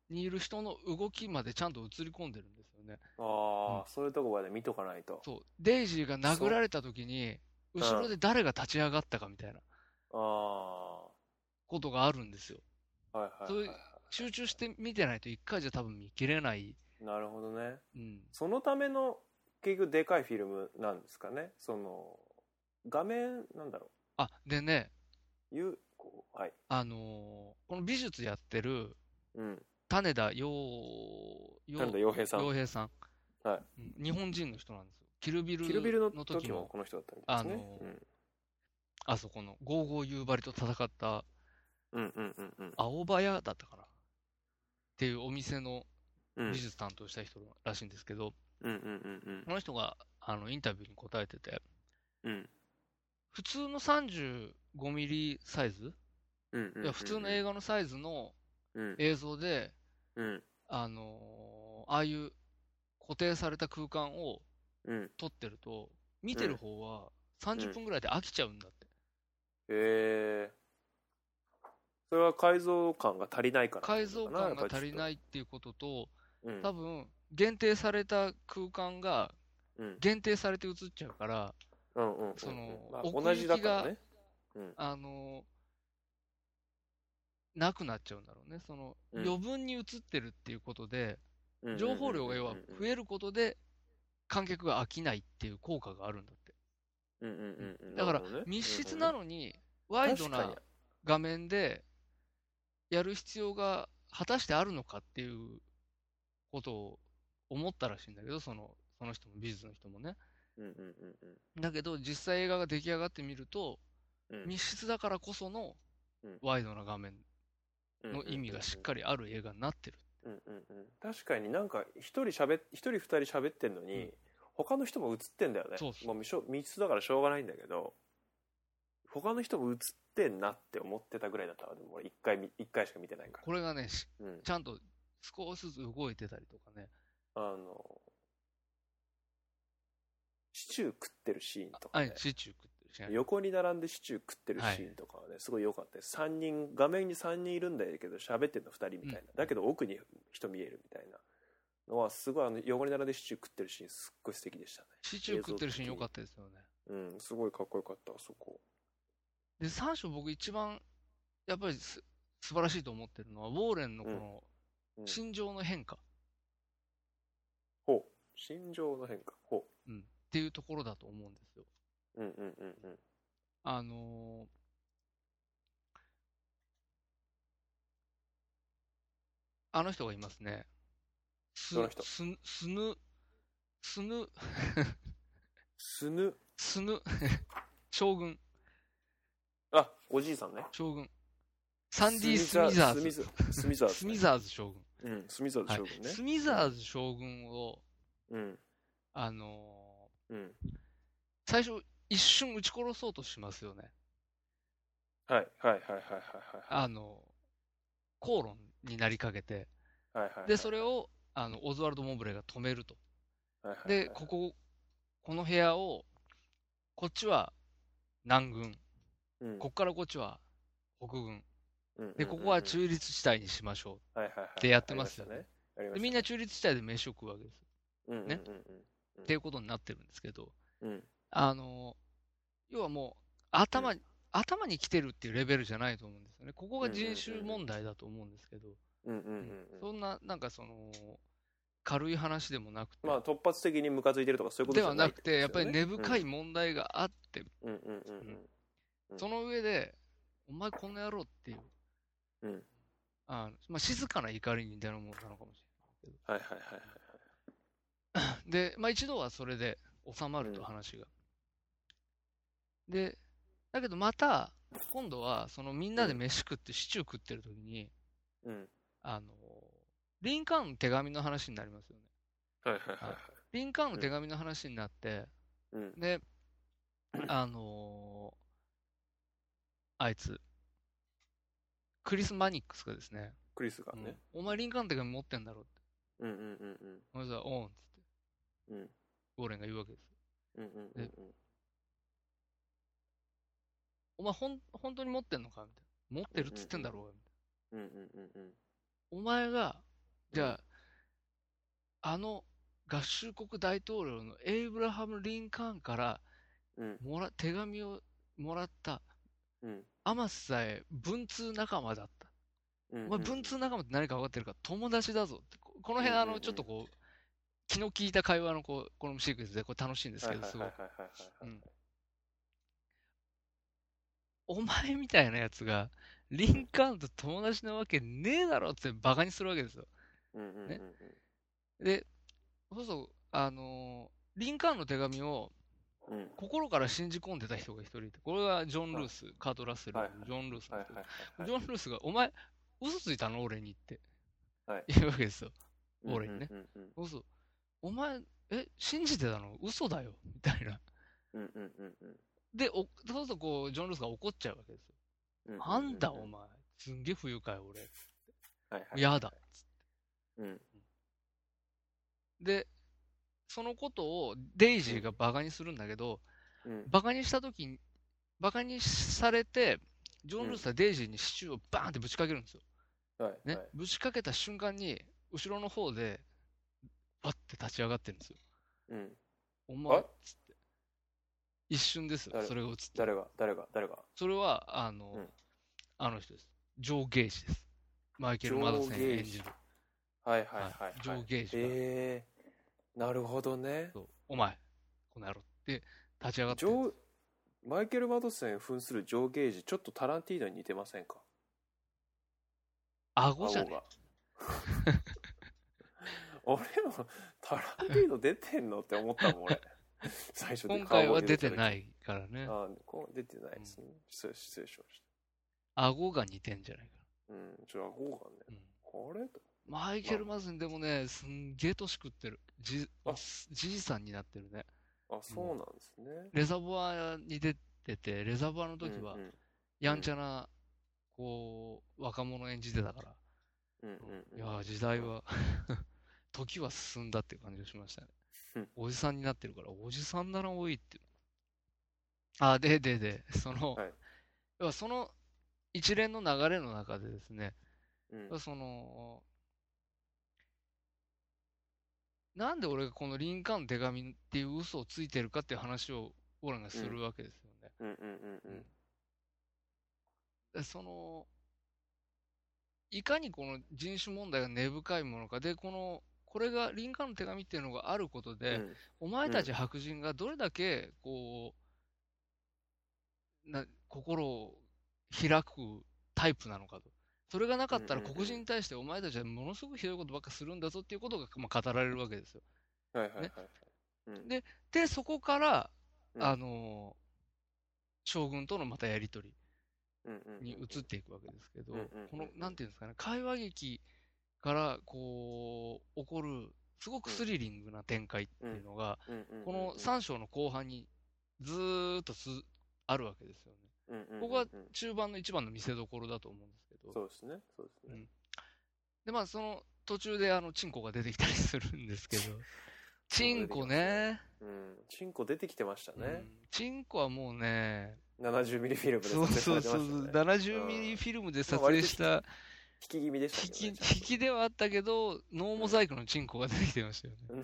にいる人の動きまでちゃんと映り込んでるんですよね。
あ
うん
あそういうとこまで見とかないと
そう。デイジーが殴られた時に、
ん
後ろで誰が立ち上がったかみたいな
あ
ことがあるんですよ。
あはいはい
そう
はいいうは
集中して見てないと一回じゃ多分見切れない。
いなるほどね
うん。
そのための結局でかいフィルムなんですかねその画面なんだろ
あ、でね、
ういうこうはい
あのーこの美術やってる、
うん
種田洋、洋
なんだ洋平さん
洋平さん。
は
うん日本人の人なんですよ。キルビル
キルビル
の
の
時
時
の
もこの人だったみたいですね
あのあそこの、ゴーゴー夕張と戦った、
うんうんうんうんうん
青葉屋だったかなっていうお店の
うん
美術担当した人らしいんですけど、
うんうんうん
この人が、あの、インタビューに答えてて、
うんうん
普通の35ミリサイズ、
うんうんうん
いや、普通の映画のサイズの
うん
映像で、
うん
あのーああいう固定された空間を
うん
撮ってると、見てる方は30分ぐらいで飽きちゃうんだって。
へえそれは解像感が足りないから
解像感が足りないいっていうことと、
うん
多分、限定された空間が
うん
限定されて映っちゃうから、
うんうんうんうん
その
まあ
奥行きが
同じだからね
あのなくなっちゃうんだろうね。その、
うん
余分に映ってるっていうことで、
うん
情報量が要は増えることで、観客が飽きないっていう効果があるんだって。
うんうんうんうん
だから
るほどね、
密室なのに、ワイド
確
な
か
画面でやる必要が果たしてあるのかっていうことを思ったらしいんだけど、その、その人も美術の人もね。
にうんうんうんうん
だけど、実際映画が出来上がってみると、
うん
密室だからこその
うん
ワイドな画面の意味がしっかりある映画になってる。
うんうんうん、確かになんか一人喋っ一人二人喋ってんのに、
うん
他の人も映ってんだよね
そうそ
も
う
う密密室だからしょうがないんだけど他の人も映ってんなって思ってたぐらいだったわでも俺一回み一回しか見てないから
これがね、し
うん
ち、ゃんと少しずつ動いてたりとかね。
あのシチュー食ってるシーンとか
は
ね
い、シチュー食ってるしね。
横に並んでシチュー食ってるシーンとかはね、すごい良かったです3人画面に3人いるんだけど喋ってるの2人みたいな、だけど奥に人見えるみたいなのはすごいあの横に並んでシチュー食ってるシーンすっごい素敵でしたね
シチュー食ってるシーン良かったですよね。
うんすごいかっこよかったあそこ
で、3章僕一番、やっぱりす素晴らしいと思ってるのは、ウォーレンのこの
うんうん
心情の変化っ
ほう心情の変化ほ
ていうところだと思うんですよ。
ううんうんうんうん
あのーあの人がいますね。す
どの人
す、すぬ、すぬ、
スヌ
すぬ、 将軍、
あおじいさんね
将軍。サンディ・スミザーズ。
スミザーズ
ス
スミ
ミ
ザーズね
ザーズ将軍。
うんスミザーズ
はい
将軍ね、
スミザーズ将軍を、
うん
あの
うん
ー最初一瞬撃ち殺そうとしますよね。
はいはいはいはいはいはい
あのー口論になりかけて。
はいはいはい
で、それを、あの、オズワルド・モブレが止めると。
はいはいはい
で、ここ、この部屋を、こっちは南軍、
うん
こっからこっちは北軍、
うんうんうん
で、ここは中立地帯にしましょ
はいはいはい
でやってますよね
ね。あり
う。
ま
で、
した
みんな中立地帯で飯を食うわけです。ね
うんうんうん
っていうことになってるんですけど、
うんうん
あの、要はもう、頭に、頭に来てるっていうレベルじゃないと思うんですよね。ここが人種問題だと思うんですけど、
うんうんうん
そんな、なんかその、軽い話でもなくて、
まあ突発的にムカついてるとかそういうこと
で
じ
は
ゃ
な
っ
く
こと
て、
です
や
よ
っ
ね
ぱり根深い問題があって、
うんうんうんうん
その上で、お前この野郎っていう、
うんうん
あのまあ、静かな怒りみたいなものなのかもし
はいはいはいはい
れない。で、まあ一度はそれで収まると
うん
話が。で、だけどまた、今度は、そのみんなで飯食ってシチュー食ってる時に、
うん
あの、リンカーンの手紙の話になりますよね。
はいはいはいはい
リンカーンの手紙の話になって、
うん
で、あのあいつ、クリス・マニックスがですね、
クリスがね
うんお前リンカーンの手紙持ってんだろって。
うんうんうんうん
そしたら、おんっつって、
うん
ウォーレンが言うわけです。
うんうんうんうん
お前ほん、本当に持ってんのかみたいな。持ってるっつってんだろうが
う
みたい
んうんうんうん
な。お前が、じゃあ、あの合衆国大統領のエイブラハム・リンカーンから
うん
もら手紙をもらった
うん
アマスさえ文通仲間だった。
うん
お前文通仲間って何か分かってるか友達だぞって。ここの
うん
辺、
うん
あ
う
の、
ん
ちょっとこう、気の利いた会話のこう、このシークエンスでこれ楽しいんです
は
け
い
ど、
はい
す
はい
ごい
は。いはいはい
お前みたいなやつが、リンカーンと友達なわけねえだろってバカにするわけですよ。
うんうんうん
ねで、そうそう、あのーリンカーンの手紙を
うんうん
心から信じ込んでた人が一人いて、これがジョン・ルース、カート・ラッセル
はいは、い
ジョン・ルース
は
ないん
は
で
い
すけど
はい
ジョン・ルースが、お前、嘘ついたの俺にって、
はい
言うわけですよ。
うん
俺にね
うんうん
そうそう。お前、え、信じてたの嘘だよ。みたいな。
うんうんうんうん
で、おそうするとこう、ジョン・ルースが怒っちゃうわけですよ。
うん
なんだお前、すんげえ不愉快俺。
はいはい
嫌だ。
うん
で、そのことをデイジーがバカにするんだけど、
うん
バカにした時に、バカにされて、ジョン・ルースはデイジーにシチューをバーンってぶちかけるんですよ。
はい
ね。
はい
ぶちかけた瞬間に、後ろの方で、バッて立ち上がってるんですよ。
うん
お前、
あ
つって。一瞬ですよ、
誰
それが映って。
誰が誰が誰が
それは、あの、
うん
あの人です。ジョー・ゲージです。マイケル・マドセン演じる。
はいはいはい、はい。
ジョー・ゲージが、
えー、なるほどね。
そうお前、この野郎って立ち上がって
ジ、ョーマイケル・マドセン扮するジョー・ゲージ、ちょっとタランティーノに似てませんか
顎じゃね
が。 俺もタランティーノ出てんのって思ったもん、俺。最初で
今回は出て
い。
ないからね。
あこう出てないですね。失礼失礼しまし
顎が似てんじゃないか
た。うん、ちょ、顎がね。
な。うん
これと。
マイケル・マズンでもね、すんげえ年食ってる。じ、
あ
おっじいさんになってるね。
あ、そうなんですね。
レザボアに出てて、レザボアの時は
う、ん
やんちゃな、こう、若者演じてたから。
うんうんうん
いやー、時代は、 時は進んだっていう感じがしました
う
ね
ん。
おじさんになってるから、おじさんなら多いっていう。あ、で、で、で、その、
はい
要はその一連の流れの中でですね、
うん
要はその、なんで俺がこのリンカーンの手紙っていう嘘をついてるかっていう話をオランがするわけですよね。
うんうんうんうん
でその、いかにこの人種問題が根深いものか、で、この、これが、林間の手紙っていうのがあること
う
で、
ん。
お前たち白人がどれだけ、こう、な、心を開くタイプなのかと。それがなかったら
うんうんうん
黒人に対してお前たちはものすごくひどいことばっかするんだぞっていうことが、まあ、語られるわけですよ。
はいはいはい
ね
はい。うん
でで、そこから、
うん
あの将軍とのまたやりとり。
うんうんうん
に移っていくわけですけど、
うんうんうんうん
この、なんていうんですかね、会話劇から、こう、起こる、すごくスリリングな展開っていうのが、
うんうんうんうん
この3章の後半にずーっとす、あるわけですよね。
うんうんうんうん
ここが中盤の一番の見せどころだと思うんですけど、
そうですね。そうですね。
で、まあ、その途中で、あの、チンコが出てきたりするんです けど、チンコね、
うん。チンコ出てきてました
う
ね
ん。チンコはもうね、
70ミリフィルムで撮
そう
影さ
そう
れてま
そう、
したね。
70ミリフィルムで撮影した、
引き気味でしたけど
引き、
ね
引
ちゃんと
きではあったけど、ノーモザイクのチンコが出てきてましたよね。
ノ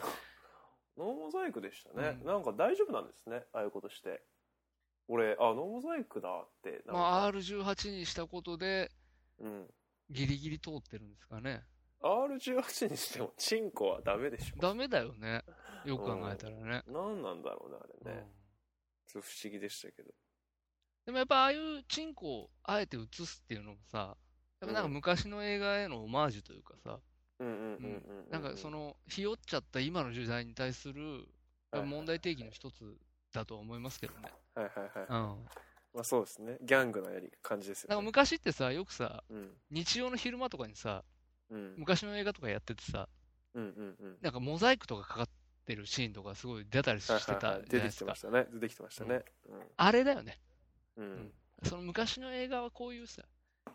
ノーモザイクでしたね、
うん
なんか大丈夫なんですねああいうことして俺あノーモザイクだってなんか、
まあ、R18 にしたことで、
うん、
ギリギリ通ってるんですかね。
R18 にしてもチンコはダメでしょ
ダメだよね。よく考えたらね。
何なんだろうねあれ
うん
ね、ちょっと不思議でしたけど
でもやっぱああいうチンコをあえて映すっていうのもさ、やっぱなんか
うん
昔の映画へのオマージュというかさ、
うんうんうんうん、
なんかその、ひよっちゃった今の時代に対する
はいはい
問題提起の一つだとは思いますけど ね。
はいはいはい、
うん。
まあそうですねギャングのやり感じです
な
よ
んか
ね
昔ってさ、よくさ、
うん
日曜の昼間とかにさ、
うん
昔の映画とかやっててさ、
うんうんうん
なんかモザイクとかかかってるシーンとかすごい出たりし
はい
て
はい
た
はい
じ
出
ゃ
て
ないで
き
す
て
か
まし。たね出てきてましたね
あれだよね。
うんうん
んその昔の映画はこういうさ、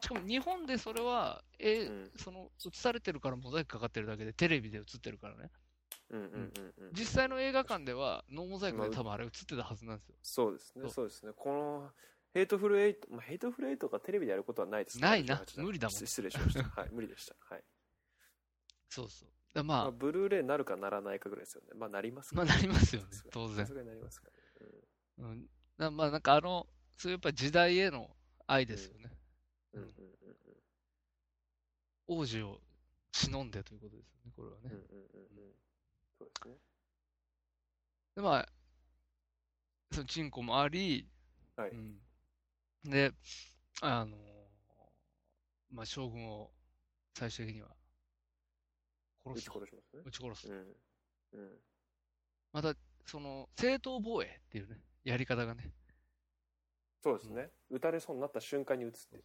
しかも日本でそれは、
う
え
ん
その映されてるからモザイクかかってるだけでテレビで映ってるからね。
うんうんうんうん
実際の映画館ではノーモザイクで多分あれ映ってたはずなんですよ。
そうです
そ
ね
う
そうですねこのヘイトフルエイト、まあ、ヘイトフルエイトがテレビでやることはないです
ないな
18だから
無理だもん
失失礼しましたはい無理でしたはい、
そうそう。だ
まあ、
まあ、
ブルーレイになるかならないかぐらいですよねまあなります
まあなりますよね
さがに
当然
さすがになりますか
うん、なまあなんかあの、そういうやっぱ時代への愛ですよね。
らね
王子を忍んでということですよね、これはね。
うんうんうんうんうんうんうんそうですね
で、まあ、そのチンコもあり、
はい
うんで、あの、まあ、将軍を最終的には
打
殺
ち
す。
殺しますね
撃ち殺す。
うんうん
また、その、正当防衛っていうね、やり方がね。
そうですね、撃たれそうになった瞬間に撃つってい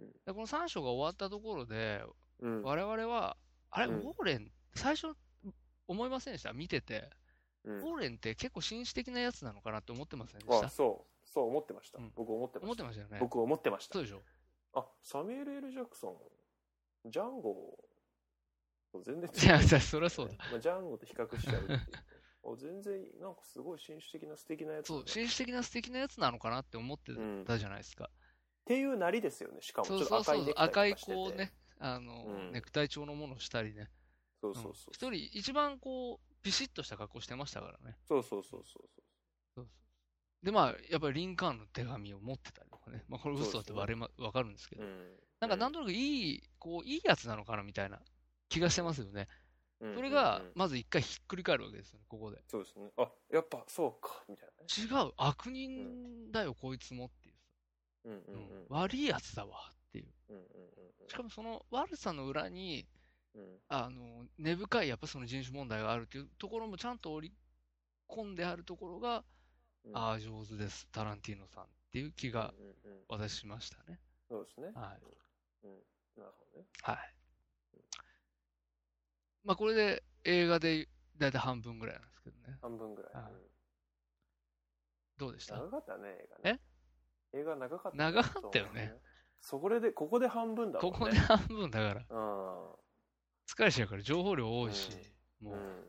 うね
でこの3章が終わったところで、
うん
我々は、あれ、
うん
ウォーレン、最初、思いませんでした見てて。
う
ウ
ん
ォーレンって結構紳士的なやつなのかなって思ってませんでし
あ
た
そうそう思ってました、
うん
僕思ってま
思っ
してた
ましたよね。
僕思ってました
そうでしょ
あサミュエル・ L ・ジャクソンジャンゴと全然
いや、
う
じゃあそりゃそうだ。
まあ、ジャンゴと比較しちゃう っていうお全然なんかすごい紳士的な素敵なやつだ
そ
な
う、紳士的な素敵なやつなのかなって思ってたじゃないですか。
っていうなりですよねしかもち
そ
ょ
う
っ
そ
と
うそ
赤い
う
ネクタイと
赤い
かしてて
こうね、あの、
うん
ネクタイ調のものをしたりね。
そう
うん
そう
一
そう、
人、一番こう、ピシッとした格好してましたからね。
そうそうそうそう
そうで、まあ、やっぱりリンカーンの手紙を持ってたりとかね。まあ、これ嘘だって
そう
わ
で
れ、ま、わかるんですけど。
ん。
なんか、なんとなくいい、こう、いいやつなのかなみたいな気がしてますよね。
うん
それが
うんうん、
まず一回ひっくり返るわけですよね、ここで。
そうですね。あ、やっぱそうか、みたいなね。
違う、悪人だよ、こいつもっていうさ。
うん
う
うんんうん。
悪いやつだわっていう。
うんうん
しかもその悪さの裏に、
うんうん。
あの、根深いやっぱその人種問題があるっていうところもちゃんと織り込んであるところが、
うん
ああ、上手です、タランティーノさんっていう気が
うんうんうん
私しましたね。
そうですね。
はい。
うん。なるほどね。
はい。まあこれで映画でだいたい半分ぐらいなんですけどね。
半分ぐらい。
はい
うん
どうでした
長かったね、映画ね。え映画長かったね。
長かったよね
そう。そこで、ここで半分だもん
こ
ね。
こで半分だから、
う
疲れちゃうから情報量多いし、も
ん。う。
うん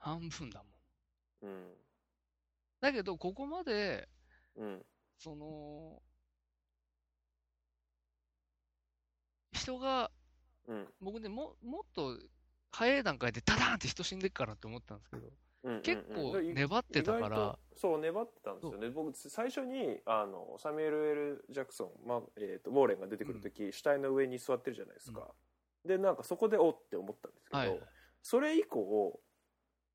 半分だもん。
うん。
だけど、ここまで、
うん。
その、人が、
うん。
僕ね、も、もっと早い段階でダダーンって人死んでっからって思ったんですけ
うん
ど、
うん
結構
うん
粘ってたか
意外
ら
と、そう粘ってたんですよね僕最初にあのサミュエル・ L ・ジャクソン、まあえー、とウォーレンが出てくる時、死体の上に座ってるじゃないですか、でなんかそこでおって思ったんですけど、
はい。
それ以降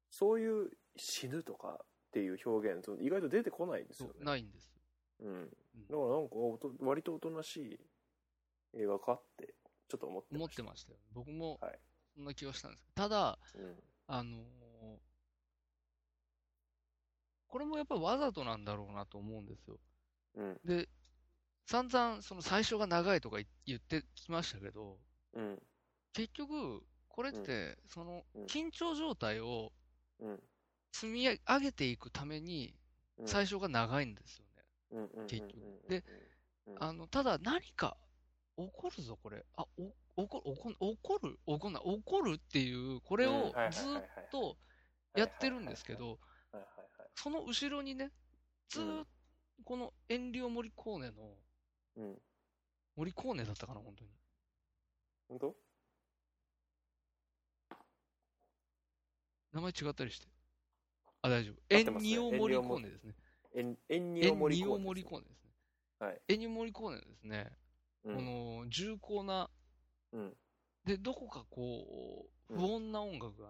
そういう死ぬとかっていう表現その意外と出てこないんです
そ
よ
う
ね
ないんです。
うん、
う
だ
ん
からなんかおと割とおとなしい映画かってちょっと思って
思っ
ました
てましたよ。僕も
はい、
そんな気はしたんですけど、ただ、
うん
あのーこれもやっぱわざとなんだろうなと思うんですよ。
うん
で、散々その最初が長いとか言言ってきましたけど、
うん
結局、これっ
う
て、その
うん
緊張状態を
うん
積み上げていくために、
うん
最初が長いんですよね。
うんうんうんうん
結局
うん
で
うん
あの、ただ何か起こるぞ、これ。あ、お、起こ、起こ、起こる、起こんない、起こるっていう、これ
うん
を
はいはいはい
ず
はい
っとやってるんですけど、
はいはいはい
その後ろにね、ずーっとこのエンリオ・モリコーネの、
うん。
モリコーネだったかな、本当に。
本当
名前違ったりして。あ、大丈夫。
合
エ
って
ン
ますね
ニオ・モリコーネですね。
エン、エンニ
エ
オ
ン
モリ
ニ
コ
オ・
ーネ。
モリコーネですね。
はい。
エンニオ・モリコーネですね。
う
こ
ん。
の重厚な、
うん。
で、どこか
う
こう、
ん
不穏な音楽が、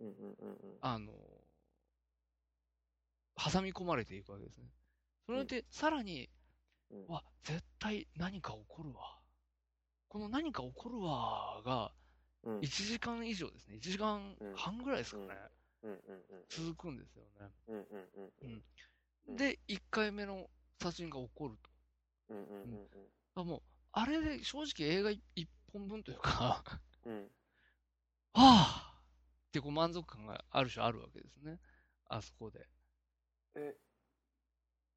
うんうんうんうん。
あの、挟み込まれていくわけですね。それで、さらに、
うん
わ、絶対何か起こるわ。この何か起こるわが、
うん
1時間以上ですね。1時間半ぐらいですかね。
うんうんうん
続くんですよね。
うんうんうんうんうん
で、1回目の殺人が起こる
う
と。
んうんうん
あもう、あれで正直映画1本分というか、 は
うんうん
あってこう満足感がある種あるわけですね。あそこで。
え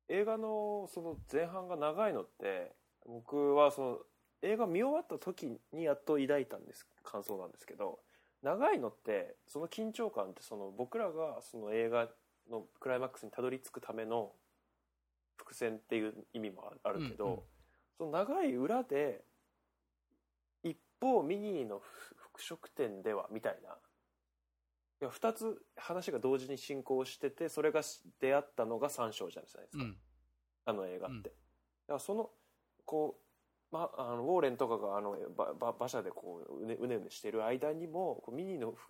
映画のその前半が長いのって僕はその映画見終わった時にやっと抱いたんです感想なんですけど長いのってその緊張感ってその僕らがその映画のクライマックスにたどり着くための伏線っていう意味もあるけど、
うんうん
その長い裏で一方ミニーの服飾店ではみたいないや2つ話が同時に進行しててそれがし出会ったのが3章じゃないですか、
うん。
あの映画って、
うん
だからそのこう、ま、あのウォーレンとかがあのばば馬車でこううねうねうねしてる間にもこうミニのふ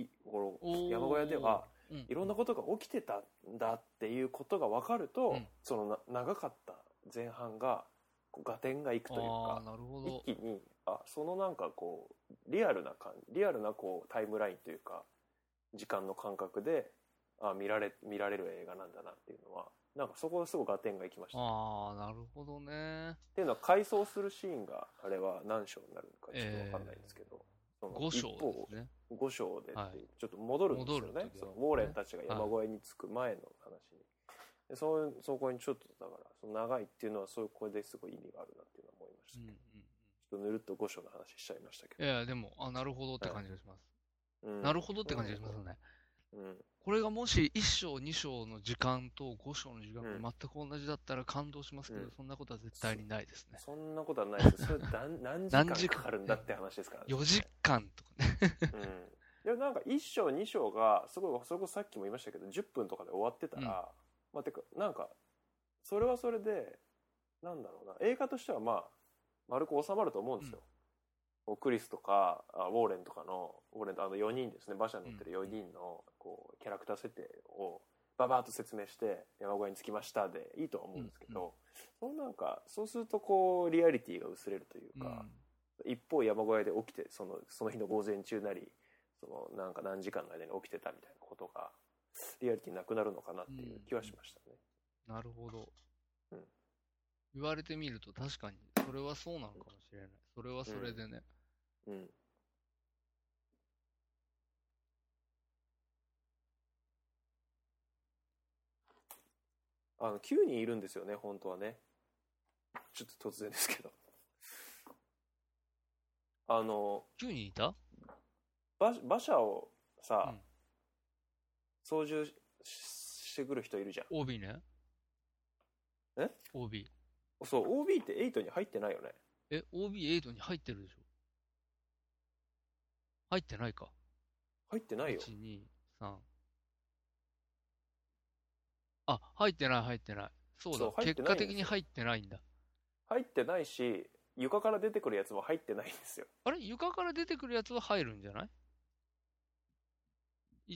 いこ
お
の
ー
山小屋では
うん
いろんなことが起きてたんだっていうことが分かると、
うん
そのな長かった前半がこう合点がいくという
あ
か
あ、なるほ
一
ど。
気にあそのなんかこうリアルな感リアルなこうタイムラインというか時間の感覚であ見られ見られる映画なんだなっていうのはなんかそこはすごく合点がいきましたっ
ああ、なるほどね。
ていうのは回想するシーンがあれは何章になるのかちょっと分かんないんですけど、その
5章
一方
ですね。
5章でっていう、
はい
ちょっと戻るんですよ
戻る
ね
時
そ
は
のウォーレンたちが山小屋に着く前の話に、でそういうそこにちょっとだからその長いっていうのはそういう声ですごい意味があるなっていうのは思いまし
う
た
ん
けど、ちょっと
うん
ぬるっと5章の話しちゃいましたけ
い
ど、
やいや、でも、あ、なるほどって感じがします。
うん
なるほどって感じがしますね。
うん
これがもし1章、2章の時間と5章の時間
うん
が全く同じだったら感動しますけど、
うん
そんなことは絶対にないですね。
そんなことはないです。それ何何時
何時
間
間
かかるんだって話ですから、ね。
4時間とかね。
うん。ででもなんか1章2章がすごいそれこそさっきも言いましたけど10分とかで終わってたら、
うん
まあてかなんかそれはそれでなんだろうな映画としてはまあ丸く収まると思うんですよ、こうクリスとかあウォーレンとかのウォーレンとあの4人ですね馬車に乗ってる4人のこうキャラクター設定をババーッと説明して山小屋に着きましたでいいとは思うんですけど、そのなんかそうするとこうリアリティが薄れるというか、一方山小屋で起きてそのその日の午前中なりそのなんか何時間の間に起きてたみたいなことがリアリティなくなるのかなっていう気はしましたね。
なるほど
うん。
言われてみると確かに、それはそうなのかもしれない。それはそれでね。
うん、あの9人いるんですよね本当はねちょっと突然ですけど あの
9人いた
馬馬車をさ、
うん
操縦ししてくる人いるじゃん
?OB ね。
え
?OB。
そう OB って8に入ってないよね
え、OB8 に入ってるでしょ入ってないか。
入ってないよ
1、2、3。あ、入ってない、入ってない。そうだ、
そう入って
結
ないん
果
ですよ
的に入ってないんだ。
入ってないし床から出てくるやつも入ってないんですよ
あれ床から出てくるやつは入るんじゃない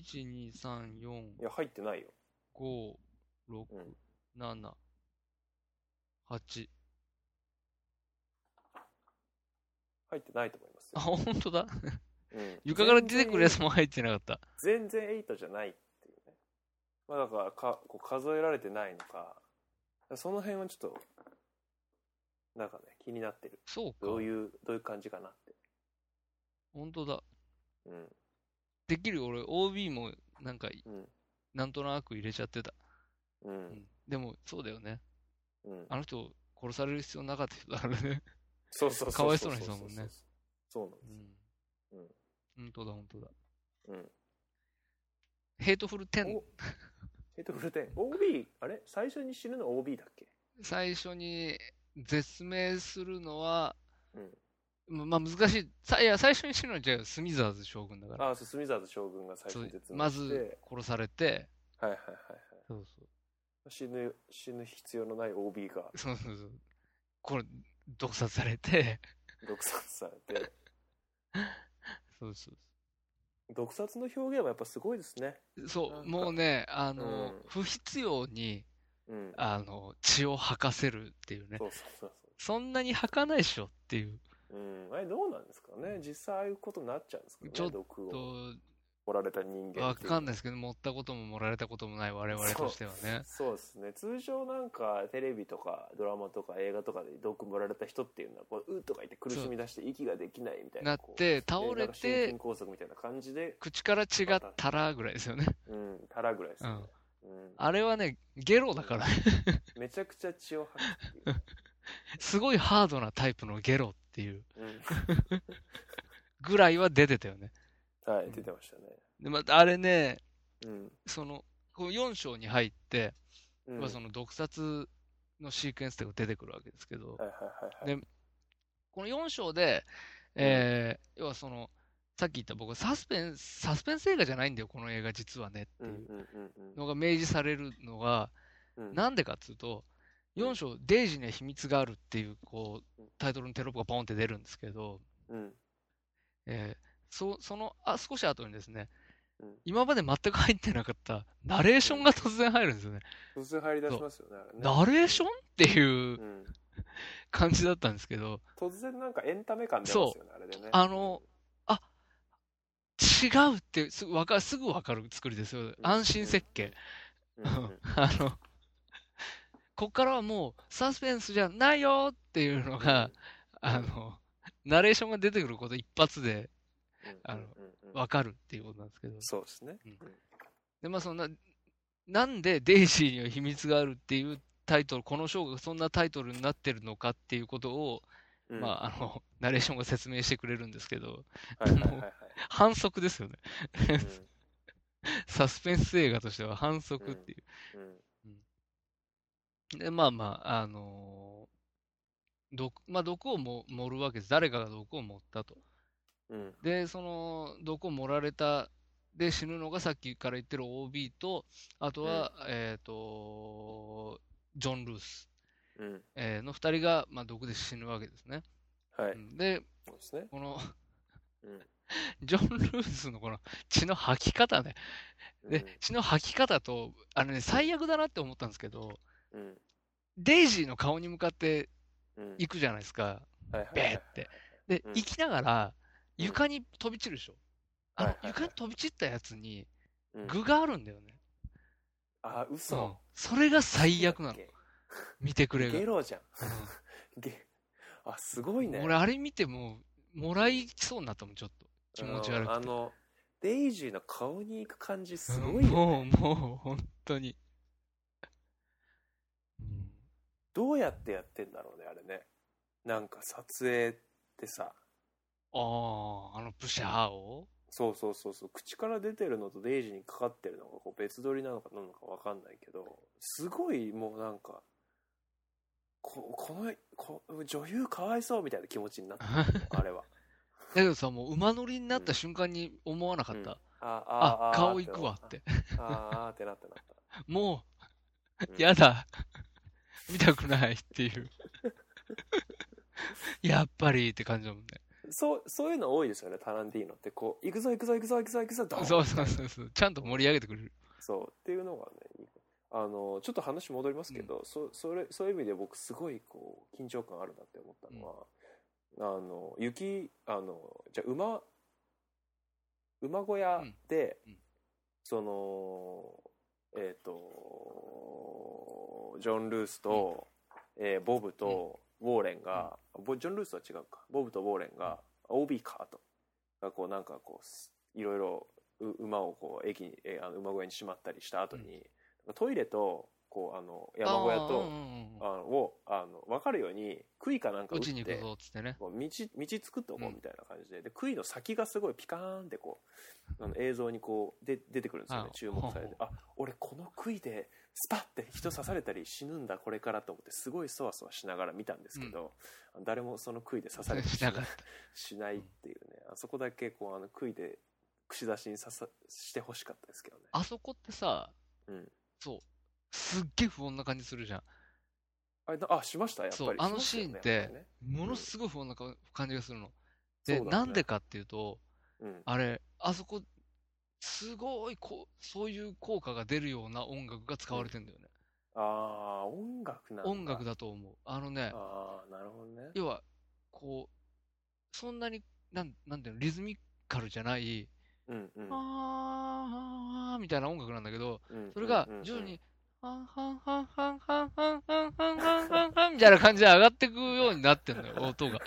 ?1、2、3、4、
いや入ってないよ
5、6、
うん
7、8。
入ってないと思います
あ、
よ、
ほんとだ。
うん
床から出てくるやつも入ってなかった。
全然8じゃないっていうねまあだからかこう数えられてないのかその辺はちょっとなんかね気になってる
そうか。
どういうどういう感じかなって
ほんとだ。
うん
できるよ俺、OB もなんか、
うん
なんとなく入れちゃってた。
う
うんん、でも、そうだよね。
うん
あの人、殺される必要なかった人だからね。
そうそうそう
かわいそうな人だもんね
そうなんですよう
う
んん。
ほんとだ、ほんとだ。
うん
ヘイトフル10
おヘイトフル10 OB あれ最初に死ぬの OB だっけ
最初に絶命するのは、
うん
ままあ難しい。さいや、最初に死ぬのは違うよスミザーズ将軍だから。
ああそう隅沢将軍が最初
そう
に絶
ま
命して
ず殺されて、
はいはいはいはい
そうそう。
死ぬ死ぬ必要のない OB が
そうそうそう。これ、毒殺されて、
毒殺され て
そうそう
毒殺の表現はやっぱすごいですね
そう。そ
なん
う、
か
もうね、あの、
うん
不必要に、
うん
あの、血を吐かせるっていうね。
そうそうそうそう
そんなに吐かないでしょっていう。
うん、あれどうなんですかね実際ああいうことになっちゃうんですかね
ちょっと
毒を
と
掘られた人間
わかんな
い
いですけど、持ったことも盛られたこともない我々としてはね。
そうですね通常なんかテレビとかドラマとか映画とかで毒盛られた人っていうのはこううっとか言って苦しみ出して息ができないみたいな
なっ
こう
て、
で
倒
な
れ
んか心筋
て、
梗塞みたいな感じで
口から血がたらぐらいですよね。
うんたらぐらいですね、うん
あれはね、ゲロだから、ね、
めちゃくちゃ血を吐くっていう
すごいハードなタイプのゲロっていう
うん
ぐらいは出てたよね。
はい、出てましたね。
で、またあれね、
うん。
その、こう4章に入って、
うん
まあその毒殺のシークエンスとか出てくるわけですけど、
はいはいはいは
で
い。
この4章で、えー要はその、さっき言った僕はサスペンス、サスペンス映画じゃないんだよ、この映画実はねって
うん
いううん
うん
のが明示されるのが、
うん。
なんでかっつうと、4章、デイジーには秘密があるっていう、こう
うん、
タイトルのテロップがポンって出るんですけど、
うん。
えーそそのあ少し後にですね
うん、
今まで全く入ってなかった、ナレーションが突然入るんですよね。
突然入り出しますよね。あれね
ナレーションっていう
うん。
感じだったんですけど、
突然なんかエンタメ感出ますよね、あれでね。
あの、違うってすぐわかすぐ分かる作りですよ。安心設計。
うんうん。
あの、こっからはもうサスペンスじゃないよっていうの が、あの、ナレーションが出てくること一発であの
わ
分かるっていうことなんですけど。
そうですね。
で、まあそんな、なんでデイジーには秘密があるっていうタイトル、この章がそんなタイトルになってるのかっていうことを、
うん
まああの、ナレーションが説明してくれるんですけど、
はいはいはいはい。
反則ですよね。
うん
サスペンス映画としては反則っていう。
うん
で、まあまあ、あのー毒、まあ毒をも盛るわけです。誰かが毒を盛ったと。
うん。
で、その、毒を盛られた、で、死ぬのがさっきから言ってる OB と、あとは、えっ、と、ジョン・ルース、
うん。
えーの二人が、まあ、毒で死ぬわけですね。
は
う
い。
んで、
そうですね。
この、
うん。
ジョン・ルースのこの血の吐き方ね。
う
で
ん、
血の吐き方と、あのね、最悪だなって思ったんですけど、
うん。
デイジーの顔に向かって
うん。
行くじゃないですか。
はいはい
ベ
は
ー
い
って。で
うん、
行きながら、
うん
床に飛び散るでしょ。あ
は
の
い、はいはい
床に飛び散ったやつに、
うん
具があるんだよね。
あ、
うん
嘘。
それが最悪なの
だっ。け
見てくれが。
ゲロじゃん。
う
ゲあ、すごい
ん
ね。
俺、あれ見てもう、もらいそうになったもん、ちょっと。気持ち
う
悪
んあ
くて。
の、デイジーの顔に行く感じすご
う
い
ん
よ
もう、
ね。
もう、本当に。うん
どうやってやってんだろうね、あれね。なんか撮影ってさ、
ああ、あのプシャーを
そうそうそうそう、口から出てるのとデイジーにかかってるのがこう別撮りなのかなのかわかんないけど、すごいもうなんか、ここのこ女優かわいそうみたいな気持ちになったあ れは。
だけどさ、もう馬乗りになった瞬間に思わなかっ
うん
た。
あ
あ、顔いくわっ。て。
ああああってなったなっ
も
た。うん
う、やだ。見たくないって いう。やっぱりって感じだもんね。
そう、そういうの多いですよね、タランティーノって。こう、行くぞ行くぞ行くぞ行くぞ行くぞ、ドーン
そうそうそうそう。ちゃんと盛り上げてくれる。
そうっていうのがねあのちょっと話戻りますけど、そそれそういう意味で僕すごいこう緊張感あるなって思ったのは、あの雪あのじゃあ馬馬小屋で、
うんうん
そのえっ、とジョン・ルースと、えーボブとウォーレンが、ボジョン・ルースは違うかボブとウォーレンが OB カートがこうなんかこうすいろいろう馬をこう駅に、えーあの馬小屋にしまったりした後に、トイレとこうあの山小屋
あーう
と
んうんうん
あのをあの分かるように杭かなんか打
打
っ
ちに行
て
くぞっつってね。
こう道道作っとこ
う
うんみたいな感じで,、で杭の先がすごいピカーンってこうあの映像にこうで出てくるんですよね
あ
注目され
ほ
て
う
あ俺この杭でスパッて人刺されたり死ぬんだこれからと思ってすごいそわそわしながら見たんですけど、誰もその杭で刺され て
しなかった。
しないっていうね、あそこだけこうあの杭で串出しにささしてほしかったですけどね
あそこってさ、
うん
そう。すっげえ不穏な感じするじゃん。
あれなあしましたやっぱり
そうあの
しましたよ
シーンって
ね
ものすごい不穏なか感じがするの。
や
で、
っぱりねそうだね
なんでかっていうと、
うん
あれ、あそこ、すごいこう、そういう効果が出るような音楽が使われてんだよね。
ああ音楽なんだ
音楽だと思う。あのね、
ああなるほどね
要は、こう、そんなに、なん、なんていうの、リズミカルじゃない、
うんうん
あー、みたいな音楽なんだけど、
うん
それが
うんうん
徐々
うん
に、はんはんはんはんはんはんはんはんはんはんはんみたいな感じで上がってくようになってんのよ、音が。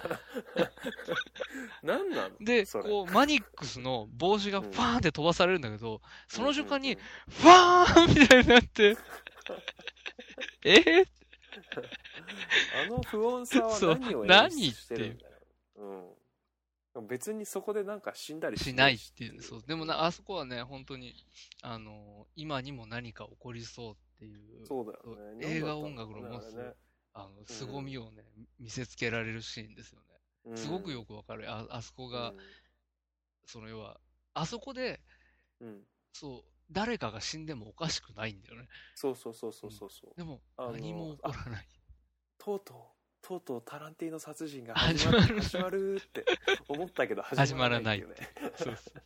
何なの
で、
それ
こう、マニックスの帽子がファーンって飛ばされるんだけど、その瞬間
う
に
ん、
ファーンみたいになって、え
うんうんあの不穏さは何
そ
を
う
演出してるんだろう、うん、別にそこでなんか死んだり
しないっていう。そう。でもな、あそこはね、本当に、あのー今にも何か起こりそうっていう、
そうだよね
映画音楽の持つ、
なんだ
あの、凄みをね、見せつけられるシーンですよね。
ろうね
すごくよくわかる。あ、あそこが、その要は、あそこで、
うんうん
そう、誰かが死んでもおかしくないんだよね。
そうそうそうそうそうそう
でも、
あのー
何も起こらない。
とうとうとうとうタランティーノ殺人が
始
始
ま
ま
る
る始まるって思ったけど
始まらない
始まってうね
そうそう。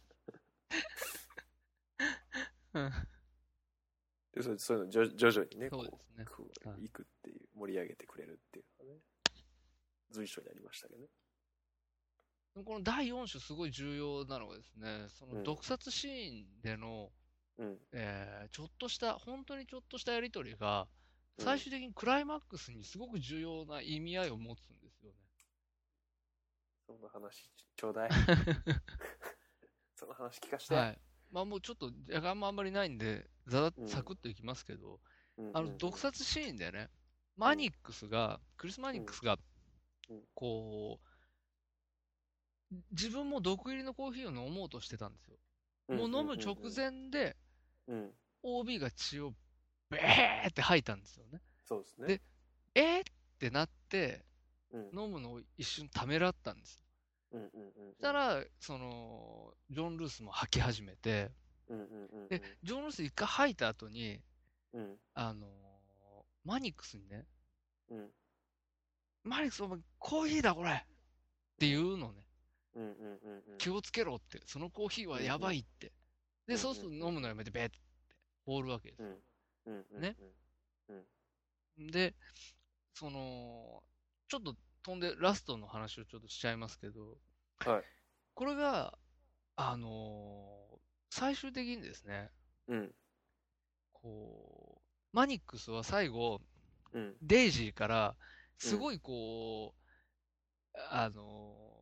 うん
で そうそういうのじょ徐々にね
そ
こ
うで
う
すね。
こう
はい
行くっていう盛り上げてくれるっていうのがね随所にありましたけどね
でもこの第4種すごい重要なのがですね、その
うん
毒殺シーンでの、
うん
えーちょっとした、本当にちょっとしたやりとりが、最終的にクライマックスにすごく重要な意味合いを持つんですよね。
そんな話ちょ うだいその話聞かせて、
はい。まあもうちょっと時間もあんまりないんで、ざざ
うん
サクッといきますけど、
うんうん
あの、毒殺シーンでね、マニックスが、クリス・マニックスが
うん、
こう、自分も毒入りのコーヒーを飲もうとしてたんですよ。
うん
もう飲む直前で、
うん、うん
OB が血をベーって吐いたんですよね。
そうですね
でえー、ってなって、
うん
飲むのを一瞬ためらったんです。
うんうんうんうん。
そしたら、その、ジョン・ルースも吐き始めて、
うんうんうんうん。
で、ジョン・ルース一回吐いた後に、
うん
あのーマニックスにね、
うん
マニックスお前コーヒーだこれっていうのね、
うんうんうんうん。
気をつけろって、そのコーヒーはやばいって。
うん
で、そうすると飲むのやめて、べって放るわけです
う。んうんうん。
ね。で、その、ちょっと飛んでラストの話をちょっとしちゃいますけど、
はい
これが、あのー最終的にですね、
うん
こう、マニックスは最後、
うん
デイジーから、すごいこう、あのー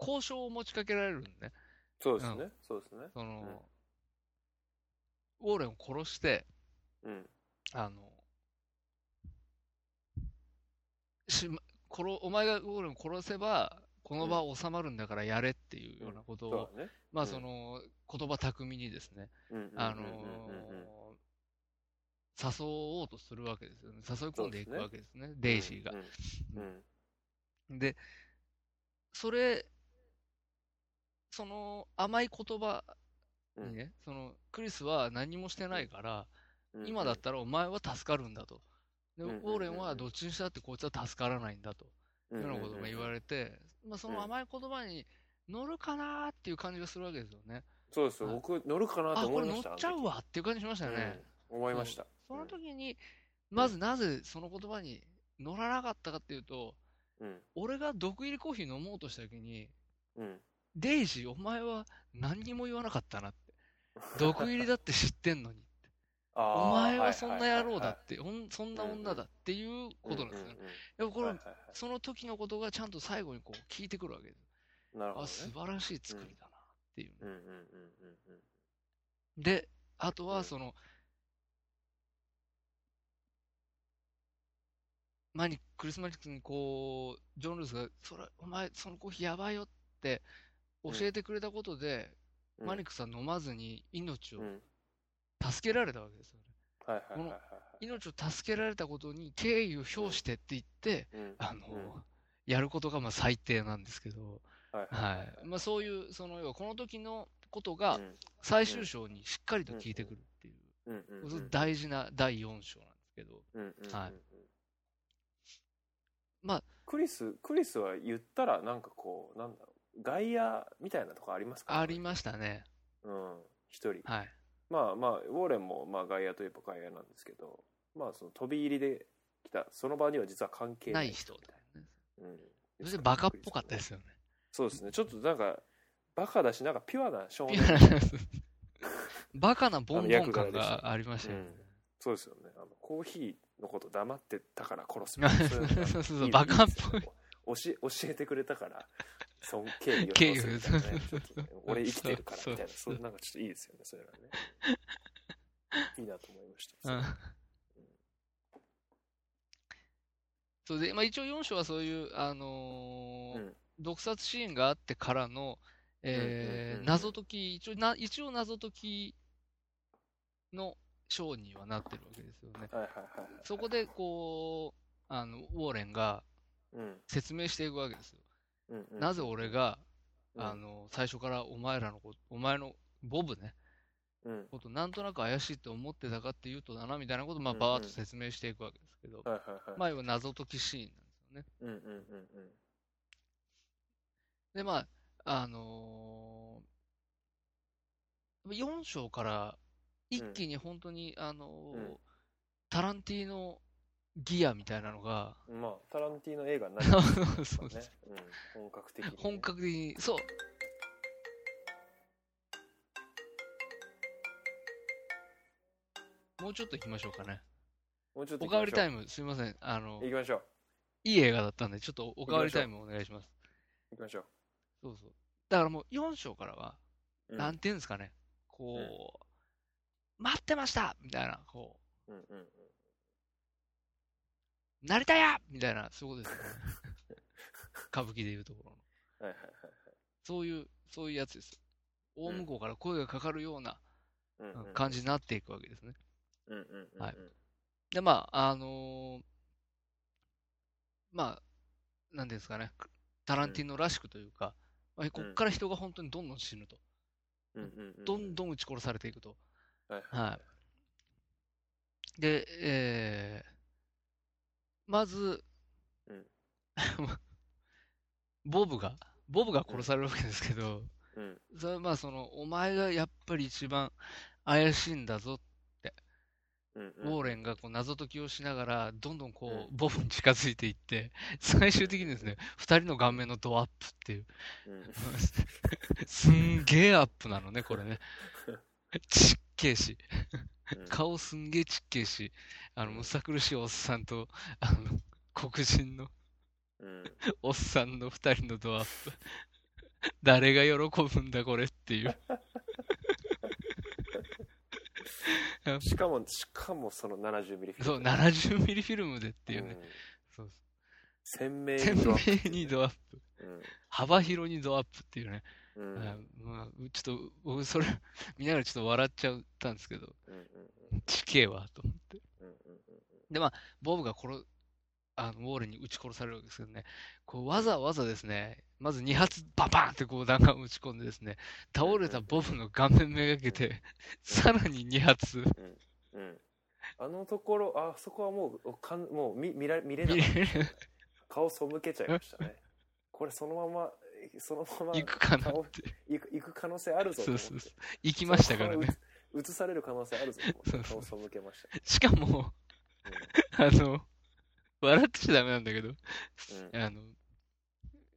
交渉を持ちかけられるんね。
そうですね。そうですね。
その、ウォーレンを殺して、
うん
あの、しま殺お前がウォーレンを殺せば、この場は収まるんだからやれっていうようなことを、
そうだね。
まあ
うん
その、言葉巧みにですね、
うんうんうんうんうん
あのー誘おうとするわけですよね。誘い込んでいくわけですね、デイジーが
う。んうん
で、それ、その甘い言葉にね、そのクリスは何もしてないから、
うん
今だったらお前は助かるんだと。で、
うん
ウ
うんうん
ォーレンはどっちにしたってこいつは助からないんだと。
うん
いうようなことが言われて、まあその甘い言葉に乗るかなーっていう感じがするわけですよね。
そうですよ僕乗るかな
あ、
と
こ
思
れ
いま
乗っ
した
ちゃうわっていう感じしました
あ
よ
の時
ね。
うん思いました
その時に、まずなぜその言葉に乗らなかったかっていうと、
うん
俺が毒入りコーヒー飲もうとした時に、
うん
デイジー、お前は何にも言わなかったなって。毒入りだって知ってんのに。
あー
お前
い
はいそんな野郎だ
はい
って、ほんそんな女だっていうことなんですよね。
うんうん
でもこ
うん
れ
はい、はいは
その時のことがちゃんと最後にこう聞いてくるわけです。
いなるほどね
あ、素晴らしい作りだなっていう
う
ね。
んうんうんうん
で、あと
う
は
ん
その、マニクリスマニックスにこう、ジョン・ルースが、それ、お前、そのコーヒーやばいよって教えてくれたことで、
うん
マニックスは飲まずに命を
うん
助けられたわけですよね。
はいはいはいはいは
命を助けられたことに敬意を表してって言って、
いうん
あの、
うん
やることがまあ最低なんですけど、
はいは
はい。まあそういう、その要はこの時のこと
いは
が
い
最終章にしっかりと聞いてくるっていう、
うんうんうんうん
大事な第4章なんですけど、
うんうんうん
はいまあ、
クリスクリスは言ったらなんかこうなんだろう外野みたいなとこありますか
ありましたね。
うん一人
はい。
まあまあウォーレンもまあ外野といえば外野なんですけどまあその飛び入りで来たその場には実は関係
な
ないい
人みたいなね。
うん
そしてバカっぽかったで すよね。
そうですねちょっとなんかバカだしなんかピュアな少年
バカなボンボン感がありましたよね。
そうですよねあのコーヒーのこと黙ってたから殺す
そう
いのが
そうそう
いい
バカっぽ
で
い
すよ教え教えてくれたから尊敬意を
敬意
表
を
するみたいなね
そう
ちょっとね俺生きてるから
そう
みたいな
そ
そううなんかちょっといいですよねそれはねいいなと思いまし
う
た、
ん そうで、まあ、一応4章はそういう、あのー
うん
毒殺シーンがあってからの、
うんうん
えー
うんうん
謎解き一応な、一応謎解きの章にはなってるわけですよね。
はいはいはいはい
そこで、こう、あの、ウォーレンが
うん
説明していくわけですよ。
うんうん
なぜ俺が、
うん
あの、最初からお前らのこと、お前の、ボブね、
うん
ことなんとなく怪しいって思ってたかっていうとだな、みたいなことを、ま
う
あ、
んうん
ばーっと説明していくわけですけど、
はいはいはい
まあ、要は謎解きシーンなんです
う
よね。
んうんうんうん
で、まあ、あのー、4章から一気に本当に、あのー
うん
タランティーノギアみたいなのが、
まあ、タランティーノ映画にな
そ
る
うそう
ね。うん、本格的にね、
本格的に、そう。もうちょっと行きましょうかね。
もうちょっと
おかわりタイ
ム。
ム、すいません。あの、
行きましょう。
いい映画だったんで、ちょっとおかわりタイムお願いします。
行きましょう。
そうそう。だからもう4章からは、
うん
なんていうんですかね、こう、待ってましたみたいな、こ
うんうんうん。
う、成田屋みたいな、そういうことですよね。 歌舞伎でいうところの。
はいはいはい。
そういう、そういうやつですよ。大向こうから声がかかるような
うんうん
感じになっていくわけですね。
うんうんうんうん。
はいで、まあ、あのーまあ、なんていうんですかね、くタランティーノらしくというか、えこっから人が本当にどんどん死ぬと。
うんうんうん
どんどん撃ち殺されていくと。
はい
はい。で、えー、まず、
うん
ボブが、ボブが殺されるわけですけど、
うん
それはまあその、お前がやっぱり一番怪しいんだぞ、
うんう
ウォー
ん
レンがこう謎解きをしながら、どんどんこ
う
う、ボブに近づいていって、最終的にですね、二人の顔面のドアップっていう。
うん
すんげえアップなのね、これね。ちっけえし、
うん
顔すんげえちっけえし、あの、
うん
むさ苦しいおっさんと、あの、黒人の
うん
おっさんの二人のドアップ。誰が喜ぶんだ、これっていう。
しかも、しかもその70ミリフィル
そう、70ミリフィルムでっていうね。
ん
そう
鮮明
鮮
にドアップ
明にドアップ。
うん
幅広にドアップっていうね。
うん
あまあ、ちょっと、僕それ、見ながらちょっと笑っちゃったんですけど、
うんうん
ちけえわ、と思って。
うんうん
ボブが殺、あの、ウォーレンに撃ち殺されるわけですけどね、こう、わざわざですね、まず2発ババーンってこう弾丸を撃ち込んでですね、倒れたボブの顔面めがけて、さらに2発、
うんうんあのところあそこはもうかんもう見見ら見れな
見
い
れる
顔背けちゃいましたねこれそのままそのまま
行くかなって。
行く行く可能性あるぞと
そ
思って
うそうそう。行きましたからね。
うつ映される可能性あるぞと思って
そう
顔背けました
しかも、あの、笑ってちゃダメなんだけど、
うん
あの、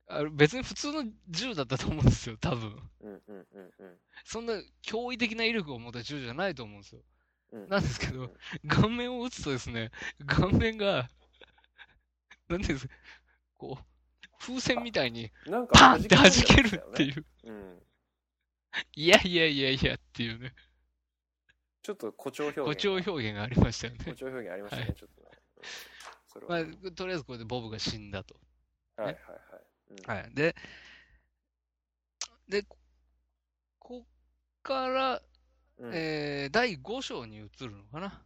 あの別に普通の銃だったと思うんですよ、多分。
うんうんうんうん
そんな驚異的な威力を持った銃じゃないと思うんですよ。
うん
なんですけど顔面を打つとですね、顔面が、なんていうんですか、こう、風船みたいに
なんか
パンって弾
弾
けるっていうう、
うん
いやいやいやいやっていうね、
ちょっと誇張表現
誇張表現がありましたよね
誇。張表現ありましたね、
はい
ちょっとね、うんそれは、
ま
はい
あ、とりあえずこれでボブが死んだと。
はいはいうん
はい。で、で、ここっから、
うん
えー第5章に移るのかな。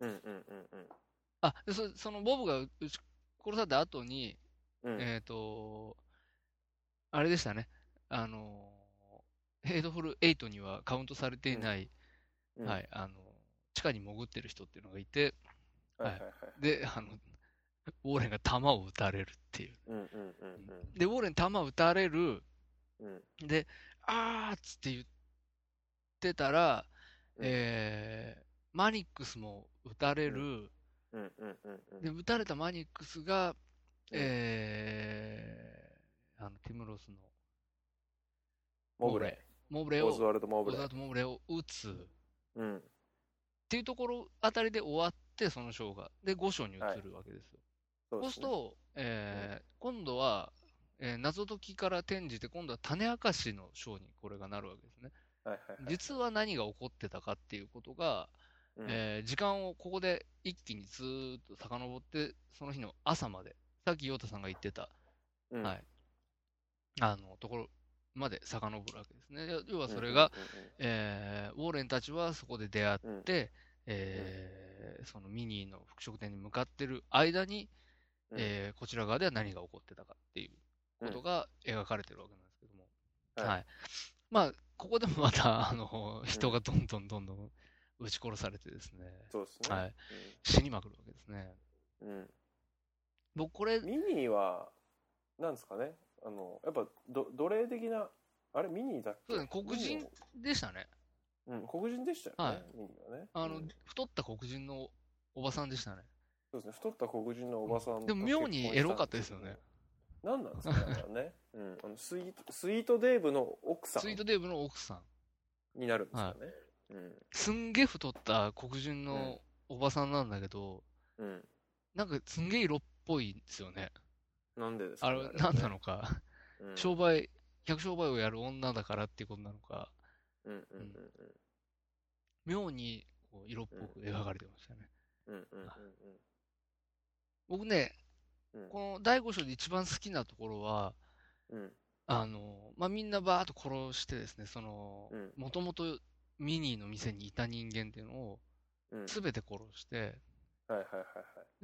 うんうんうん
あ、でそそのボブが撃ち殺された後に、
うんうん
えっ、と、あれでしたね。あの、ヘイトフル8にはカウントされていない、
うん
はい、あの、地下に潜ってる人っていうのがいて、
はいはいはい
で、あの、ウォーレンが弾を撃たれるっていう。
うんうんうん
で、ウォーレン弾を撃たれる。
うんうん
で、あーっつって言ってたら、
うん
えー、マニックスも撃たれる。
うんうんうんうん
で、撃たれたマニックスが、えー、あの、ティムロスの
モブレ
モブレ
イ
を、
オズワルド・モ
オ
ブ
ズ
レイ
ワルド・モブレを打つっ
うん
ていうところあたりで終わって、その章が。で、5章に移るわけですよ。
そ
そう
ですす
る
ね
と、えー今度は、えー謎解きから転じて、今度は種明かしの章にこれがなるわけですね。
はいはいはい
実は何が起こってたかっていうことが、
うん
えー時間をここで一気にずーっと遡って、その日の朝まで、さっき陽太さんが言ってた、
うん
はいあの、ところまで遡るわけですね。要要は
うん
それが、
う
えーウォーレンたちはそこで出会っ
んうんうん
て、えーそのミニーの服飾店に向かってる間に、
うん
えーこちら側では何が起こってたかっていうことが描かれてるわけなんですけども、
はい
はいまあここでもまたあの人がどんどんどんどん撃ち殺されてですね、
そうですね
はい、死にまくるわけですね
うんうん
僕これ
ミニーはなんですかねあのやっぱど奴隷的なあれミニーだっけ
そうですね黒人
ミニ
でしたね
ーうん黒人でしたよね、
はい
ミニーはね
あ
う
の
ん
太った黒人のおばさんでしたね
そうですね太った黒人のおばさんと
でも妙に
結婚したん
エロかったですよね
何なんですかねあれはね、うん、あのスイートスイートデーブの奥さん
スイートデーブの奥さん
になるんですかね、
すんげえ太った黒人のおばさんなんだけど、
うんうん
なんかすんげえ色っぽいんですよね。
なんでですか
あ
ね、
れ、
あれは
なん
ね
なのか。
うん
商売、客商売をやる女だからっていうことなのか、
うんうんうん
妙にこう色っぽく描かれてましたね。
うんうんうんうん
僕ね、
うん
この第5章で一番好きなところは、
うん
あの、まあ、みんなバーッと殺してですね、その
うん、
もともとミニーの店にいた人間っていうのを
うん
全て殺して、
はいはいはい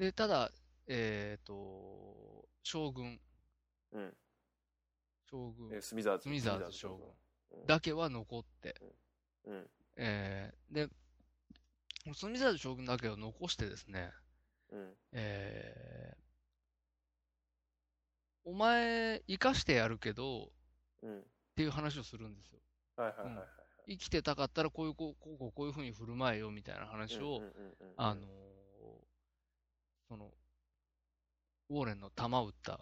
で、ただ、えっ、と、将軍、
はいうん
将軍
えー、スミザーズ。
スミザーズ将軍
軍
だけは残って、
うん。
えーで、スミザーズ将軍だけを残してですね、
うん。
えーお前、生かしてやるけど、っ
うん。
ていう話をするんですよ。
はいはいはいはい。
生きてたかったらこういう、こうこうこうこういう風に振る舞えよ、みたいな話
う
を、
んうんうんうん
あのーその、ウォーレンの弾を撃った、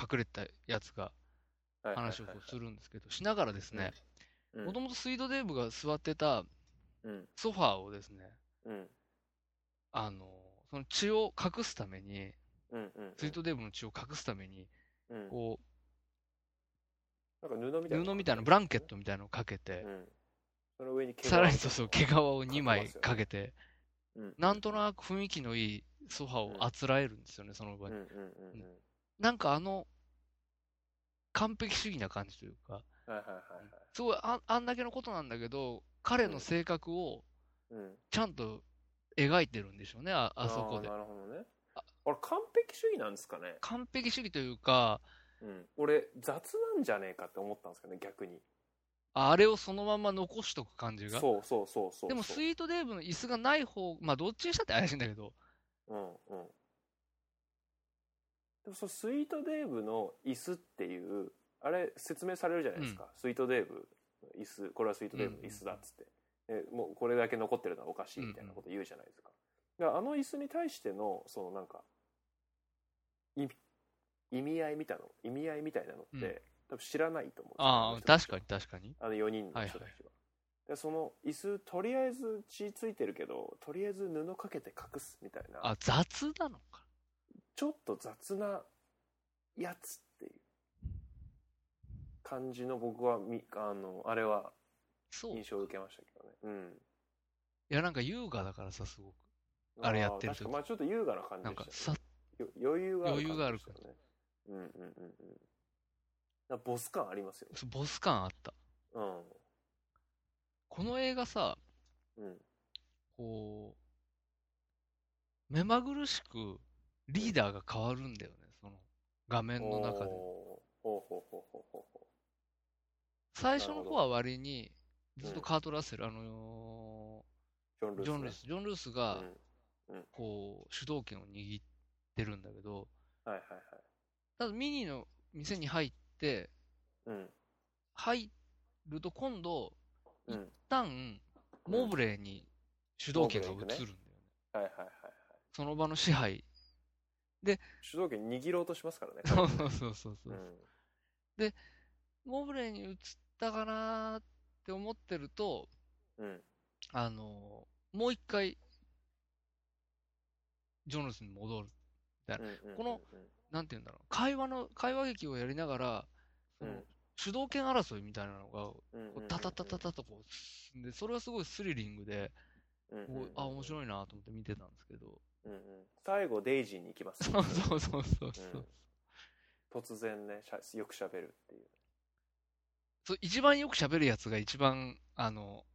隠れてたやつが話をこうするんですけど、しながらですね、
る
もともとスイートデーブが座ってた
うん
ソファーをですね、
うん
あのーその血を隠すために、
うんうん
スイートデーブの血を隠すために、
うん
こ
なんか布み
う、
たいな
布みたいなブランケットみたいなのをかけて、
うんその上に毛皮
さらにそうそう、毛皮を
かけ
2
ますよ
枚
ね
かけて、
うん
なんとなく雰囲気のいいソファーをあつらえるんですよね、その場
うん
に
う。んうんうん
なんかあの、完璧主義な感じというか、
はいはいはいはい
すごいああんだけのことなんだけど、彼の性格を
うん
ちゃんと描いてるんでしょうね、ああそこで
ー。なるほどね俺完璧主義なんですかね
完璧主義というか、
うん俺雑なんじゃねえかって思ったんですけどね逆に
あれをそのまま残しとく感じが。
そうそうそうそう
でも、スイートデーブの椅子がない方、まあ、どっちにしたって怪しいんだけど、
うんうんでもそのスイートデーブの椅子っていうあれ説明されるじゃないですか、スイートデーブの椅子これはスイートデーブの椅子だっつって、えもうこれだけ残ってるのはおかしいみたいなこと言うじゃないですか,、だからあの椅子に対してのそのなんか意味意味合いみたいなの意味合いみたいなのって、
うん
多分知らないと思うんですよ
ああ、確かに確かに。
あの4人の人たちは。
はいは
でその椅子とりあえず血ついてるけどとりあえず布かけて隠すみたいな
あ、雑なのか。
ちょっと雑なやつっていう感じの僕はみあのあれは
そう。い
印象を受けましたけどねうん
や、なんか優雅だからさ、すごく。あれやってる
時
時
まあ確かまあちょっと優雅な感じ
なん
で
か、
した
さ
ね、よ余裕がある
余裕がある
感じでしたねうんうんうんうんだからボス感ありますよね
ボス感あった。この映画さ、
うんうん
こう、目まぐるしくリーダーが変わるんだよね、その画面の中で。
おーほうほうほうほうほうほう
最初の方は割に、
ほど
ずっとカート・ラッセル、あの
ジョン・ルース、ね、
ージョン・ルース、ジョン・ルースが、
うん
こう、主導権を握ってるんだけど、
はいはい
ただミニの店に入って、
はい
入ると今度、
うんうん
一旦、モブレーに主導権が移るんだよね。
はいはいはいはい
その場の支配。
主導権握ろうとしますからね
そうそうそうそうう。
ん
モブレーに移ったかなーって思ってると、
うん
あのーもう一回、ジョン・ルースに戻る。
うんうん
このなんて言うんだろう。会話の、会話劇をやりながら、その
うん
主導権争いみたいなのが、こ
うんうんうん
うタタタタタとこう進んで、それはすごいスリリングで、
うんうん
こうあ、面白いなと思って見てたんですけ ど。
うんうん最後デイジーに行きます。
そうそうそうそうそううん
突然ねしゃよく喋るっていう
そう一番よく喋るやつが一番、あの、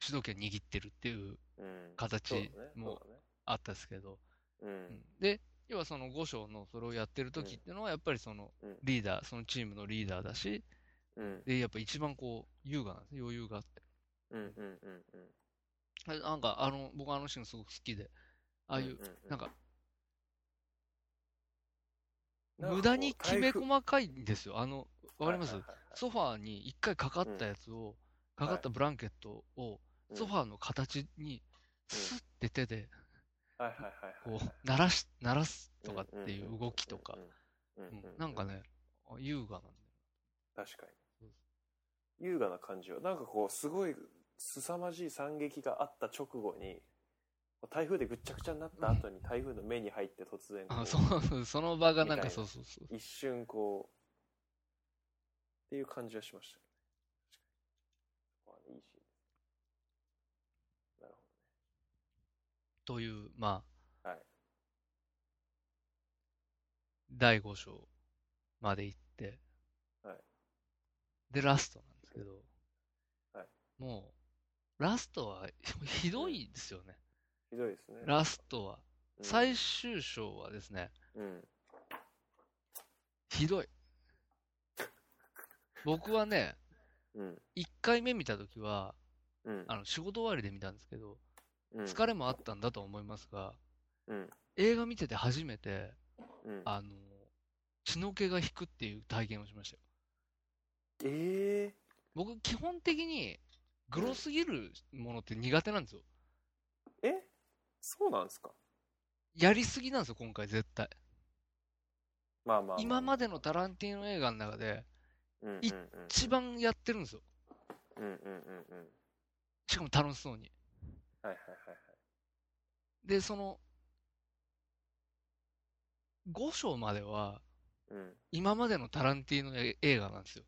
主導権握ってるっていう
うんそうだ
形
ね
も
そうだね
あったんですけど。
うん
で、要はその5章のそれをやってる時っていうのは、やっぱりその
うん
リーダー、そのチームのリーダーだし、
うん
で、やっぱ一番こう、優雅なんですね、余裕があって。
うんうんうんうん
あなんか、あの、僕あのシーンすごく好きで、ああいう、なんか、無駄にきめ細かいんですよ。あの、わかりますソファーに一回かかったやつを、かかったブランケットを、ソフ
ァ
ァーの形に、スッて手で、
ーはいはいはいはい
こ、
はいう
鳴らし、鳴らすとかっていう動きとか、
うんうんうんうん
うんなんかね、あ優雅なんだよ。
確かに優雅な感じはなんかこうすごい凄まじい惨劇があった直後に台風でぐっちゃぐちゃになった後に台風の目に入って突然こう
あ、そうそう、 その場がなん
みたい
か
な
そうそうそう。
一瞬こうっていう感じはしましたね確かにまあいいシーンなるほ
という、まあ、
はい
第5章まで行って、
はい
で、ラストなんですけど、
はい
もう、ラストはひどいですよね。
どひどいですね
ラストは、
うん
最終章はですね、
うん
ひどい。 僕はね、
うん。
1回目見たときは、
うん。
あの、仕事終わりで見たんですけど、
うん
疲れもあったんだと思いますが、
うん。
映画見てて初めて、
うん。
あの、血の気が引くっていう体験をしましたよ。
ええ
僕、基本的に、グロすぎるものって苦手なんですよ。
えそうなんですか
やりすぎなんですよ、今回絶対。
まあまああ、
今までのタランティーノ映画の中で、
うんうんうん、
一番やってるんですよ。
うんうんうんうん。
しかも楽しそうに。
はいはいはいはい。
で、その、5章までは、
うん。
今までのタランティーノ映画なんですよ。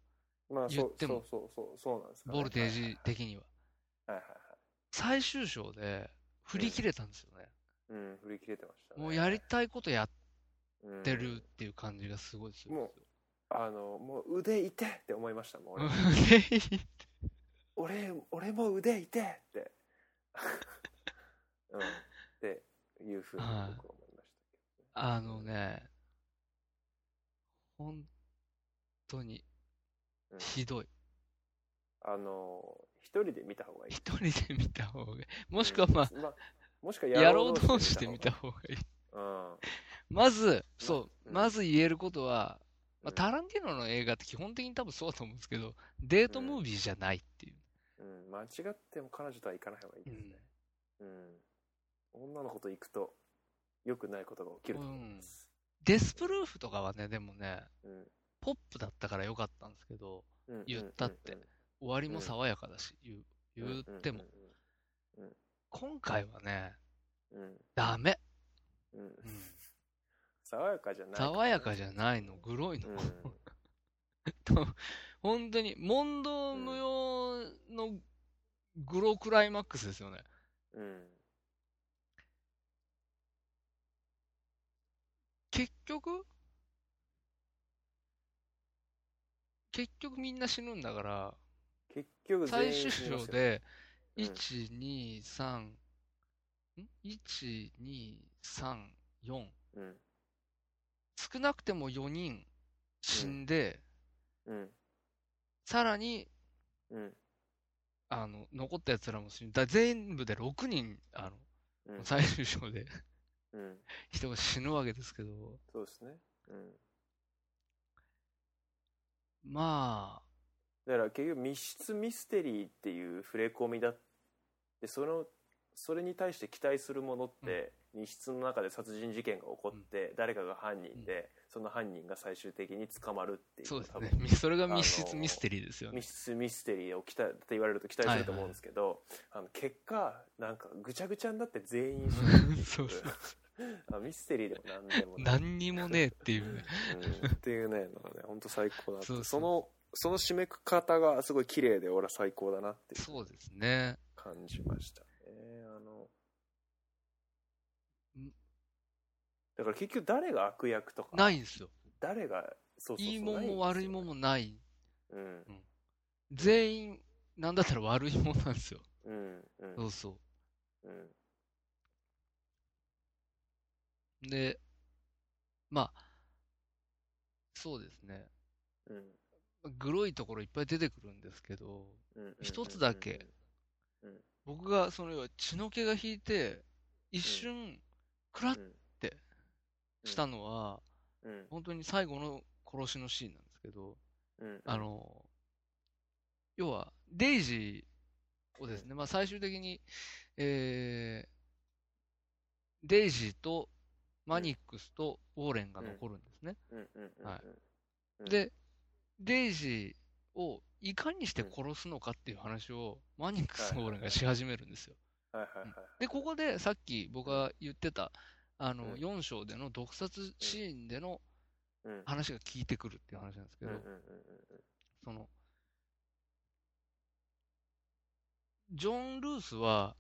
まあ、
言
そ
っ
う、
ても
そうそうそう、そうなんですか、ね。
ボルテージ的には。
はいはいはい。
最終章で、振り切れたんですよね。
うん、振り切れてました、ね。
もうやりたいことやっ
うん
てるっていう感じがすごいするんですよ。
あの、もう腕痛いって思いましたもん、 俺。俺、俺も腕痛いって。 うん。っていうふうに僕は思いましたけど、
あのね、本当に
うん、
ひどい。
あの、一人で見た方がいい。
一人で見た方が、もしくはまあ、
うんもしくは
野郎同士で見た
方
方がいい。
が
まず、そう、
うん
まず言えることは、
う
まあ、
ん。
タランティーノの映画って基本的に多分そうだと思うんですけど、デートムービーじゃないっていう。
うん、間違っても彼女とは行かない方がいいですね。うん。女の子と行くと、良くないことが起きると思います。
デスプルーフとかはね、でもね、
うん。
ポップだったから良かったんですけど、
うん
言ったって終わりも爽やかだし、言う言っても、。今回はね、
うんうん
ダメ。
うん。うん
うん
爽やかじゃない。
爽やかじゃないの、グロいの
うん。。
と 本当に、問答無用のグロクライマックスですよね。
うん。
結局結局みんな死ぬんだから、
結局全
最
員
終
死にますよ、
章で、
うん
1、2、3、ん ?1、2、3、4。
うん。
少なくても4人死んで、
うん。
さらに、
うん。
あの、残った奴らも死ぬ。だ全部で6人、あ
うん
の、最終章で
うん。
人が死ぬわけですけど、
そうですね。うん。
まあ、
だから結局密室ミステリーっていう触れ込みだでそのそれに対して期待するものって、密室の中で殺人事件が起こって、誰かが犯人で、その犯人が最終的に捕まるっていう
そうです
多
ね
分。
みそれが密
あ
室
の
ミステリーですよね。
密室ミステリーを期待って言われると期待すると思うんですけど、あの結果なんかぐちゃぐちゃになって全員死ぬってい
そうそう
あミステリーでも何でもない
何にもねえっ ていうね。
うんっていうね、なんかね、本当最高だなって
そうそう
その、その締めく方がすごい綺麗で、俺は最高だなっていう
そうですね。
感じましたね。あの
ん、
だから結局誰が悪役とか、
ないんですよ。
誰が、そうそうそう
いいもんも悪いもん
も。
もない。
うん、
全員、なんだったら悪いもんなんですよ。
うん、う
そ
ん
う、そ
うん、
う。で、まあ、そうですね。
うん、
グロいところいっぱい出てくるんですけど、
うん。
一つだけ僕がその要は血の気が引いて、一瞬、クラ
うん、
ッてしたのは、
うん、うん、
本当に最後の殺しのシーンなんですけど、
うん、
あの、要は、デイジーをですね、まあ最終的に、えー、デイジーとマニックスとウォーレンが残るんですね。
うん、うん、うん、
はい
うん、
で、デイジーをいかにして殺すのかっていう話をマニックスとウォーレンがし始めるんですよ。
はいはいはい。
で、ここでさっき僕が言ってた、あ
うん
の、4章での毒殺シーンでの
うん、
話が効いてくるっていう話なんですけ
うん、
ど
うん、、うん、
その、ジョン・ルースは、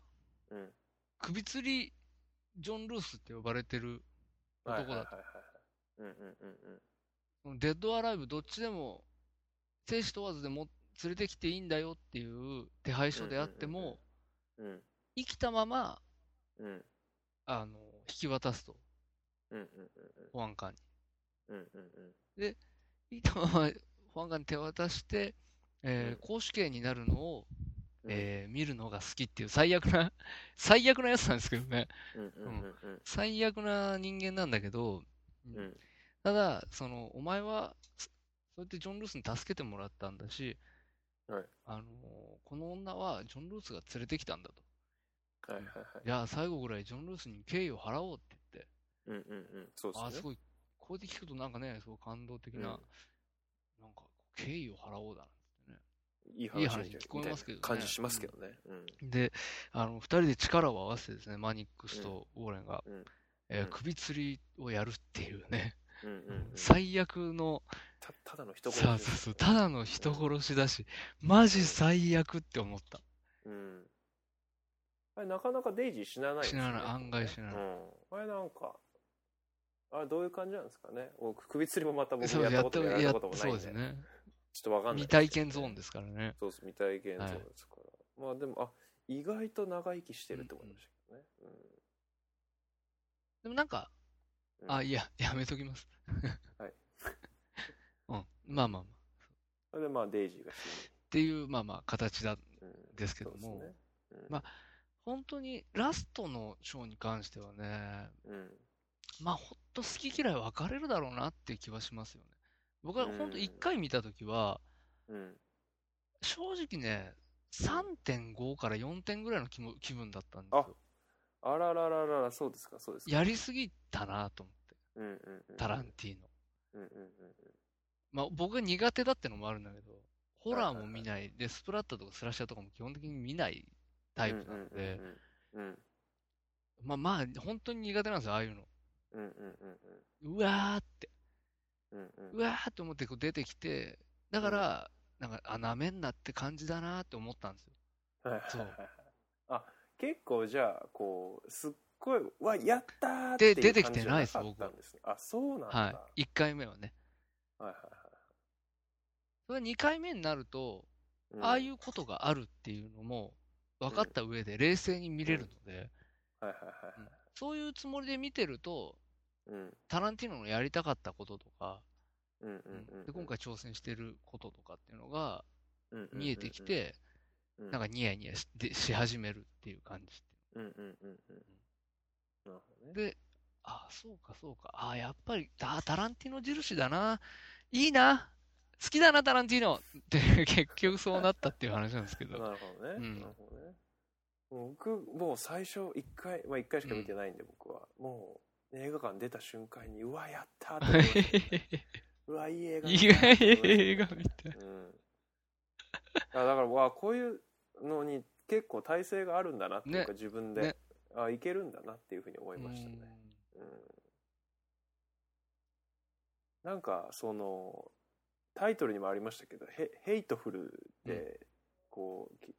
うん、うん。
首吊りジョン・ルースって呼ばれてる男だと。
はいはいはいはい。うんうんうんうん。
そのデッド・アライブどっちでも、生死問わずでも連れてきていいんだよっていう手配書であって
うんうんうん
も、
うん
生きたまま、
うん
あの、引き渡すと、
うんうん
保安官に。
うんうんうん
生きたまま保安官に手渡して、えー公主刑になるのを、えー見るのが好きっていう最悪な、最悪なやつなんですけどね。
うんうんうんうん
最悪な人間なんだけど、
うん
ただ、その、お前は、そそうやってジョン・ルースに助けてもらったんだし、
はい
あのーこの女はジョン・ルースが連れてきたんだと。
はいはいはい
じゃあ最後ぐらいジョン・ルースに敬意を払おうって言って、
うんうんうんそう
ああ、
ですね
すごい、こうやって聞くとなんかね、すごい感動的な、
うん
なんか、敬意を払おうだな。
いい
いい
話
話
みたい
聞こえますけどね
みたいな感じしますけどねうん
で、あの、二人で力を合わせてですね、マニックスとウォーレンが、
うん
えー
うん
首吊りをやるっていうね、
うんうんうん
最悪の、
たただの人
さあそうそう、ただの人殺しだし、マジ最悪って思った。
うん。あれ、なかなかデイジー死なないですね
死なない案外死なない
うん。あれ、なんか、あれ、どういう感じなんですかね。お首吊りもまた僕
そう
やったこともやられ
や
た
っ
こともない
そうんです
で、
ね。
ちょっとわかんない。
未体験ゾーン。ですからね。
そうです、未体験ゾーンですから。まあ、でも、あ、意外と長生きしてるって思いましたけどね。うん
でもなんか、
うん
あ、いや、やめときます。
はい。
うん、まあまあまあ。っ
それで、まあ、デイジーが死
ていう、まあまあ、形だ。
ぬ。うん
ですけども
そうですねうん
まあ本当に、ラストのショーに関してはね、
うん。
まあ、ほんと好き嫌い分かれるだろうなっていう気はしますよね。僕はほんと一回見たときは、
うん。
正直ね、3.5から4点ぐらいの気も気分だったんですよ。
あららららら、そうですか、そうですか。
やりすぎたなと思って、
うんうんうん。
タランティーノ。
うんうんうんうん。
まあ僕が苦手だってのもあるんだけど、ホラーも見ない、で、スプラッタとかスラッシャーとかも基本的に見ないタイプなので、
うんうん
まあまあ、本当に苦手なんですよ、ああいうの。
うんうんうんうん
うわーって、
うんうんうん
うわーって思ってこう出てきて、だから、なんか、あ、なめんなって感じだなって思ったんですよ。
はいはい
そ。
はいうあ結構じゃあこうすっごい「わやった!」っ
で
て
出てきてないです
僕
僕
あそうなんだ、は
はい。1回目はね。
いはいは
それ2回目になると、
いん
ああいうことがあるっていうのも分かった上で冷静に見れるので、
はいはいはいはい
そういうつもりで見てると、
うん
タランティーノのやりたかったこととか、
うんうんうん
で今回挑戦してることとかっていうのが
うんうんうん
見えてきて、
うん
なんかニヤニヤしでし始めるっていう感じ。
うんうんうんうんなるほどね
で、あそうかそうか、あやっぱりあタランティーノ印だな、いいな、好きだな、タランティーノって結局そうなったっていう話なんですけど、
なるほどね、
うん
なるほどね僕もう最初1回まあ1回しか見てないんで僕は、もう映画館出た瞬間に「うわやった!」って思いましたね うわいい映画見
意
たな
外
って思いましたね
映画みたい。
うん、あだからわあこういうのに結構耐性があるんだなっていうか、
ね
自分で、
ね
あいけるんだなっていうふうに思いましたね、うんなんかそのタイトルにもありましたけど「ヘヘイトフル」でこう、き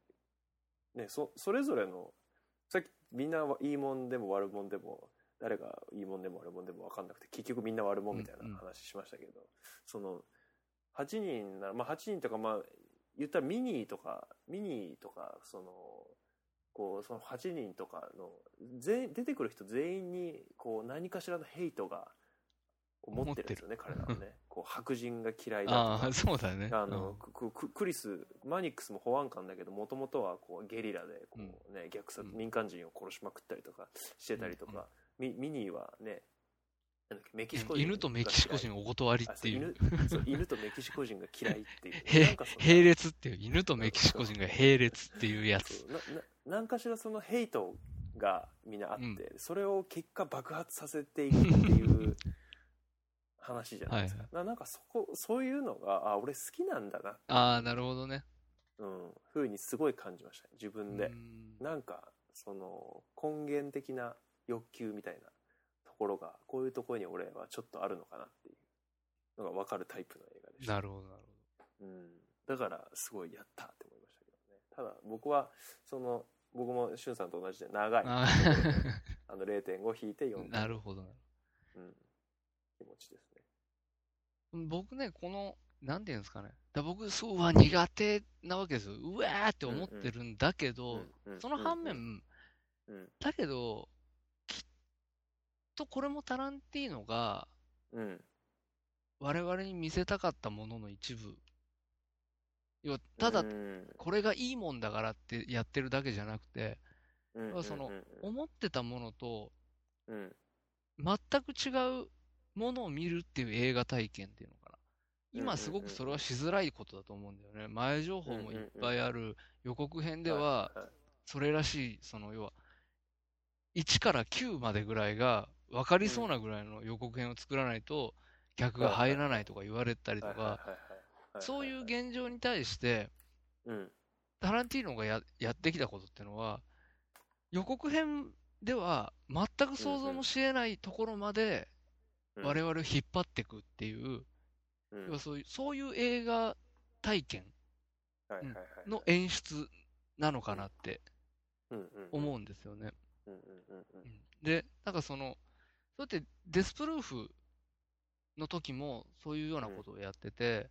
ね、そそれぞれのさっきみんないいもんでも悪もんでも誰がいいもんでも悪もんでも分かんなくて結局みんな悪もんみたい
うんうん
な話しましたけど、その8人なら、まあ、8人とかまあ言ったらミニーとかミニーとかそのこうその8人とかの全員出てくる人全員にこう何かしらのヘイトが持ってるんですよね彼らは ねこう白人が嫌いだと
あ
か
あ、そうだね。
あの、くくクリスマニックスも保安官だけどもともとはこうゲリラでこう、ね虐殺
うん
民間人を殺しまくったりとかしてたりとか、ミミニーはねなんだっけメキシコ
うん
人
犬とメキシコ人お断り
あ
っ
そ
て
う
いう
犬。そう犬とメキシコ人が嫌いっていう
へ
なんかその
並列っていう、犬とメキシコ人が並列っていうや
そ
つ。
うなな何かしらそのヘイトがみんなあって、
うん
それを結果爆発させていくっていう話じゃないですか、
は
ななんかそこそういうのがあ俺好きなんだな、
ああ、なるほどね。
うん、ふうにすごい感じましたね自分で
う、ん
なんかその根源的な欲求みたいなところがこういうところに俺はちょっとあるのかなっていうのが分かるタイプの映画でした
なるほど、なる
うん、だからすごいやったって思いましたけどねただ僕はその僕もしゅんさんと同じで長い
ほど。あ
あの0.5引いて4
ーなるほど。
うん、気持ちですね
僕ね、この、なんていうんですかね。だ僕、そうは苦手なわけですよ。うわーって思ってるんだけど、
うんうん
その反
う
面、
んうん
だけど、きっとこれもタランティーノが
うん
我々に見せたかったものの一部要はただ
う、ん
これがいいもんだからってやってるだけじゃなくて、
うん
まあその
うん
思ってたものと
うん
全く違うものを見るっていう映画体験っていうのかな。今すごくそれはしづらいことだと思うんだよね。前情報もいっぱいある予告編では、
いい
それらしい、その要は、1から9までぐらいが分かりそうなぐらいの予告編を作らないと、客が入らないとか言われたりと
はいはいはいは
か、
いはい
そういう現状に対して、
うん
タランティーノがややってきたことってのは、予告編では全く想像もし得ないところまで
うん
我々を引っ張っていくっていう、
うん
要はそういうそういう映画体験
はいはいはい
の演出なのかなって
うんうん
思うんですよね。
うんうんうんうん
で、なんかその、そうやってデスプルーフの時もそういうようなことをやってて、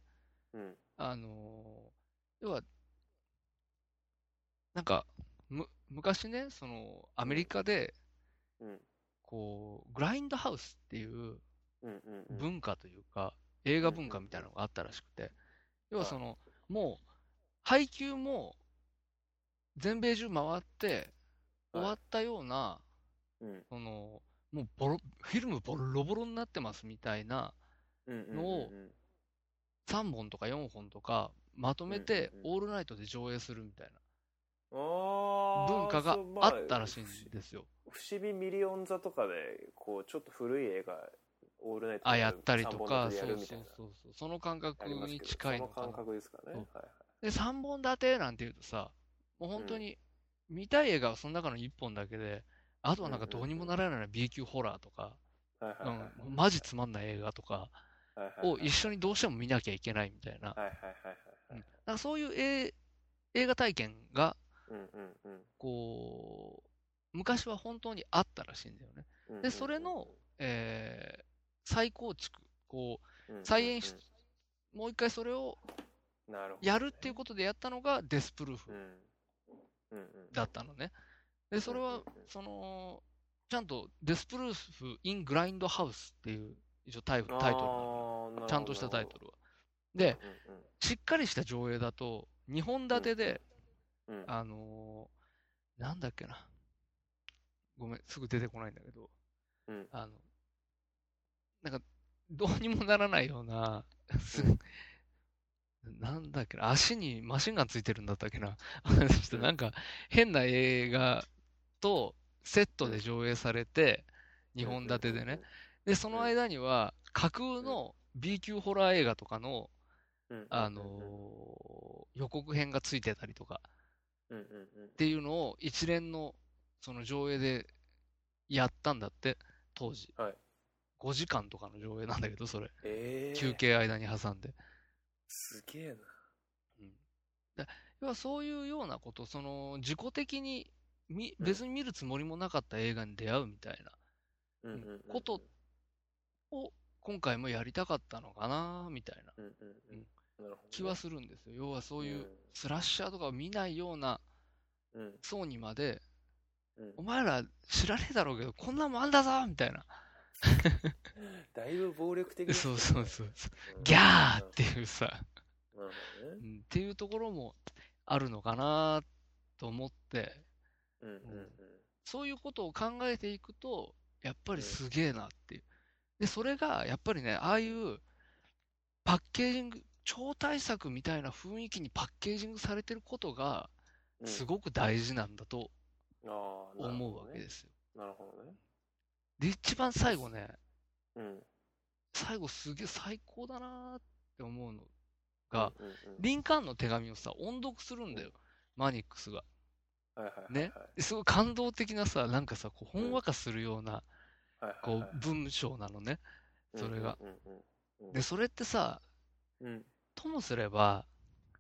うん
あのー要は、なんか、む、昔ね、その、アメリカで、
うん
こう、グラインドハウスっていう
うんうんうん
文化というか、映画文化みたいなのがあったらしくて、要はその、もう、配給も、全米中回って、終わったような、
うん
その、もうボロ、フィルムボロボロになってますみたいな、
うんうんうんうん
のを3本とか4本とか、まとめて
うんうん
オールナイトで上映するみたいな
あー
文化が
そうま
あったらしいん
ふ
ですよ。
不思議ミリオン座とかでこうちょっと古い映画オールナイト
あ、やったりとか、
三
そ
本立て
う
でやるみたい
そ
うな
そうそう。その感
あ
覚
りますけ
に
ど
近いの
そ
か
の
な
感。覚ですかね
そ
はい
う
はい
で、3本立てなんて言うとさ、もう本当に見たい映画はその中の1本だけで、あとはなんかどうにもならないような B 級ホラーとか、
はいうはいはい
ん、マジつまんない映画とか
はいはい
を一緒にどうしても見なきゃいけないみたいな。
はいはいはいはい
うんなんかそういう映映画体験が、
うんうんうん
こう、昔は本当にあったらしいんだよね。
うんうん
で、それの、えー再構築、こ
うんうん
う、再演出、もう一回それを
なるほど
やるっていうことでやったのがデスプルー
う
フ
んうんうん
だったのね。で、それ
うんうん
は
うん、
その、ちゃんとデスプルーフ・イン・グラインド・ハウスっていう、一応タイタイトルな
あー
の
なるほど
ちゃんとしたタイトルは。で、
うん
しっかりした上映だと、2本立てで、
うんうん
あのーなんだっけな。ごめん、すぐ出てこないんだけど、
うん
あの、なんか、どうにもならないような、す
うん
なんだっけな、足にマシンガンついてるんだったっけな。ちょっとなんか、変な映画とセットで上映されて、2本立てでね。で、その間には、架空の B 級ホラー映画とかの、
うんうんうん
あのー予告編がついてたりとか、
うんうんうん
っていうのを一連のその上映でやったんだって、当時。
はい
5時間とかの上映なんだけど、それ。
えー
休憩間に挟んで。
すげえな
うんだ要はそういうようなこと、その自己的にみ別に見るつもりもなかった映画に出会うみたいな、
うんうんうん
ことを今回もやりたかったのかな、みたいな
うんうんうんなるほどね
気はするんですよ。要はそういううんスラッシャーとかを見ないような
うん
層にまで、
うん
お前ら知らねえだろうけど、こんなもんあんだぞみたいな。
だいぶ暴力的です
そ
ね
うそうそう。
うん
ギャーっていうさ、
なるほどね
うんっていうところもあるのかなと思って、
うんうんうん
そういうことを考えていくと、やっぱりすげえなっていう。で、それが、やっぱりね、ああいうパッケージング、超大作みたいな雰囲気にパッケージングされてることが、
うん
すごく大事なんだと
あーなる
思う
ほ
わ
ど
け
ね
ですよ。
なるほどね
で、一番最後ね、
うん
最後すげえ最高だなーって思うのが、
うんうん
リンカーンの手紙をさ、音読するんだよ。マニックスが。
はいはいはいはい
ねすごい感動的なさ、なんかさ、こうほんわかするような、
はいはい
こ、
はいう
文章なのね。それが。
うんうんうんうん
で、それってさ、
うん
ともすれば、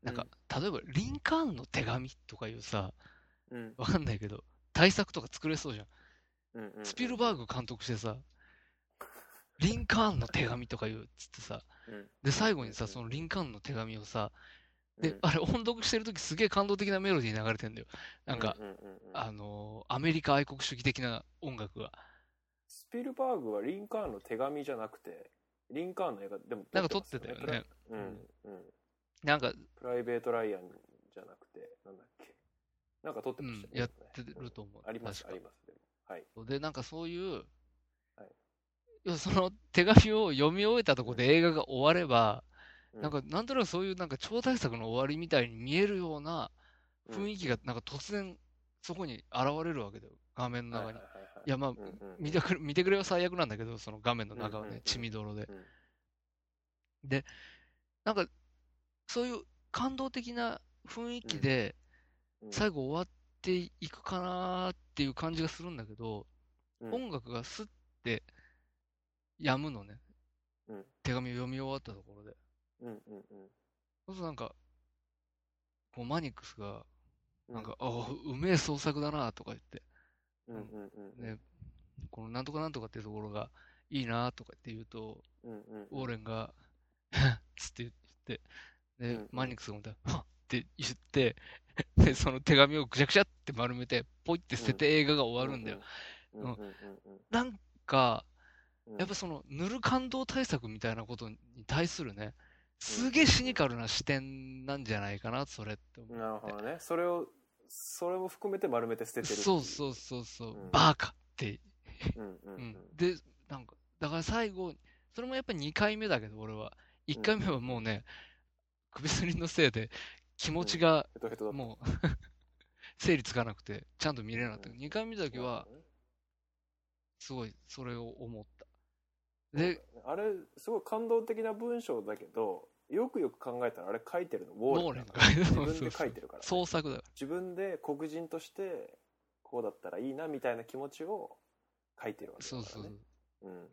なんか、例えば、リンカーンの手紙とかいうさ、
うん
わかんないけど、大作とか作れそうじゃん。
うんうん
スピルバーグ監督してさ、リンカーンの手紙とか言うっつってさ、
うん
で、最後にさ、
うん
そのリンカーンの手紙をさ、
う
で
ん、
あれ、音読してるときすげえ感動的なメロディー流れてんだよ。なんか、
うんうんうんうん
あのーアメリカ愛国主義的な音楽が。
スピルバーグはリンカーンの手紙じゃなくてリンカーンの映画でも
なんか撮ってたよね
撮ってますよねうんうん
なんか、
プライベート・ライアンじゃなくて、なんだっけ。なんか撮って
う
まし
ん
た、ね。
やってると思う。
うんあります、あ
確
り
か
ます。でもはい。
で、なんかそういう、
はい
要はその手紙を読み終えたところで映画が終われば、
う
なんか、なんとなくそういうなんか超大作の終わりみたいに見えるような雰囲気がなんか突然そこに現れるわけだよ、画面の中に。いや、まあ、見て
く
くれ見てくれは最悪なんだけど、その画面の中は
うんうんう
ね
ん、
血みどろで。なんか、そういう感動的な雰囲気で最後終わっていくかなーっていう感じがするんだけど、音楽がスッて止むのね。
うん
手紙を読み終わったところで。
うんうんうん
そうするとなんか、こうマニックスが、
う
なんか、ああ、うめえ創作だなとか言って、
うんうんうん
ね、このなんとかなんとかっていうところがいいなとかって言うと、
うんうん
ウォーレンが、 っつって言って、
うんう
で
ん、
マニックスがまた、 はっって言って、で、その手紙をぐちゃぐちゃって丸めて、ポイって捨てて映画が終わるんだよ。。
うんうんうん
なんか、
うん。
やっぱその、ぬる感動対策みたいなことに対するね、すげえシニカルな視点なんじゃないかな、それって思う。
なるほどね。それを、それも含めて丸めて捨ててる。
そうそうそうそう、
うん
バーカって、
う。うんうん
う
うんん。
で、なんか、だから最後、それもやっぱり2回目だけど、俺は。1回目はもうね、首すりのせいで気持ちが
ヘトヘトだった。
もう、 整理つかなくて、ちゃんと見れなかった。
うん
2回目だけは、すごい、それを思った。で、
あれ、すごい感動的な文章だけど、よくよく考えたらあれ書いてるの、ウォーレンだから。
ウォー
自
レンが
分で書いてるからね。
創作だか
自分で黒人として、こうだったらいいなみたいな気持ちを書いてるわ
ら。
けだ
そ
から
う
ね。
そ
う
う
ん。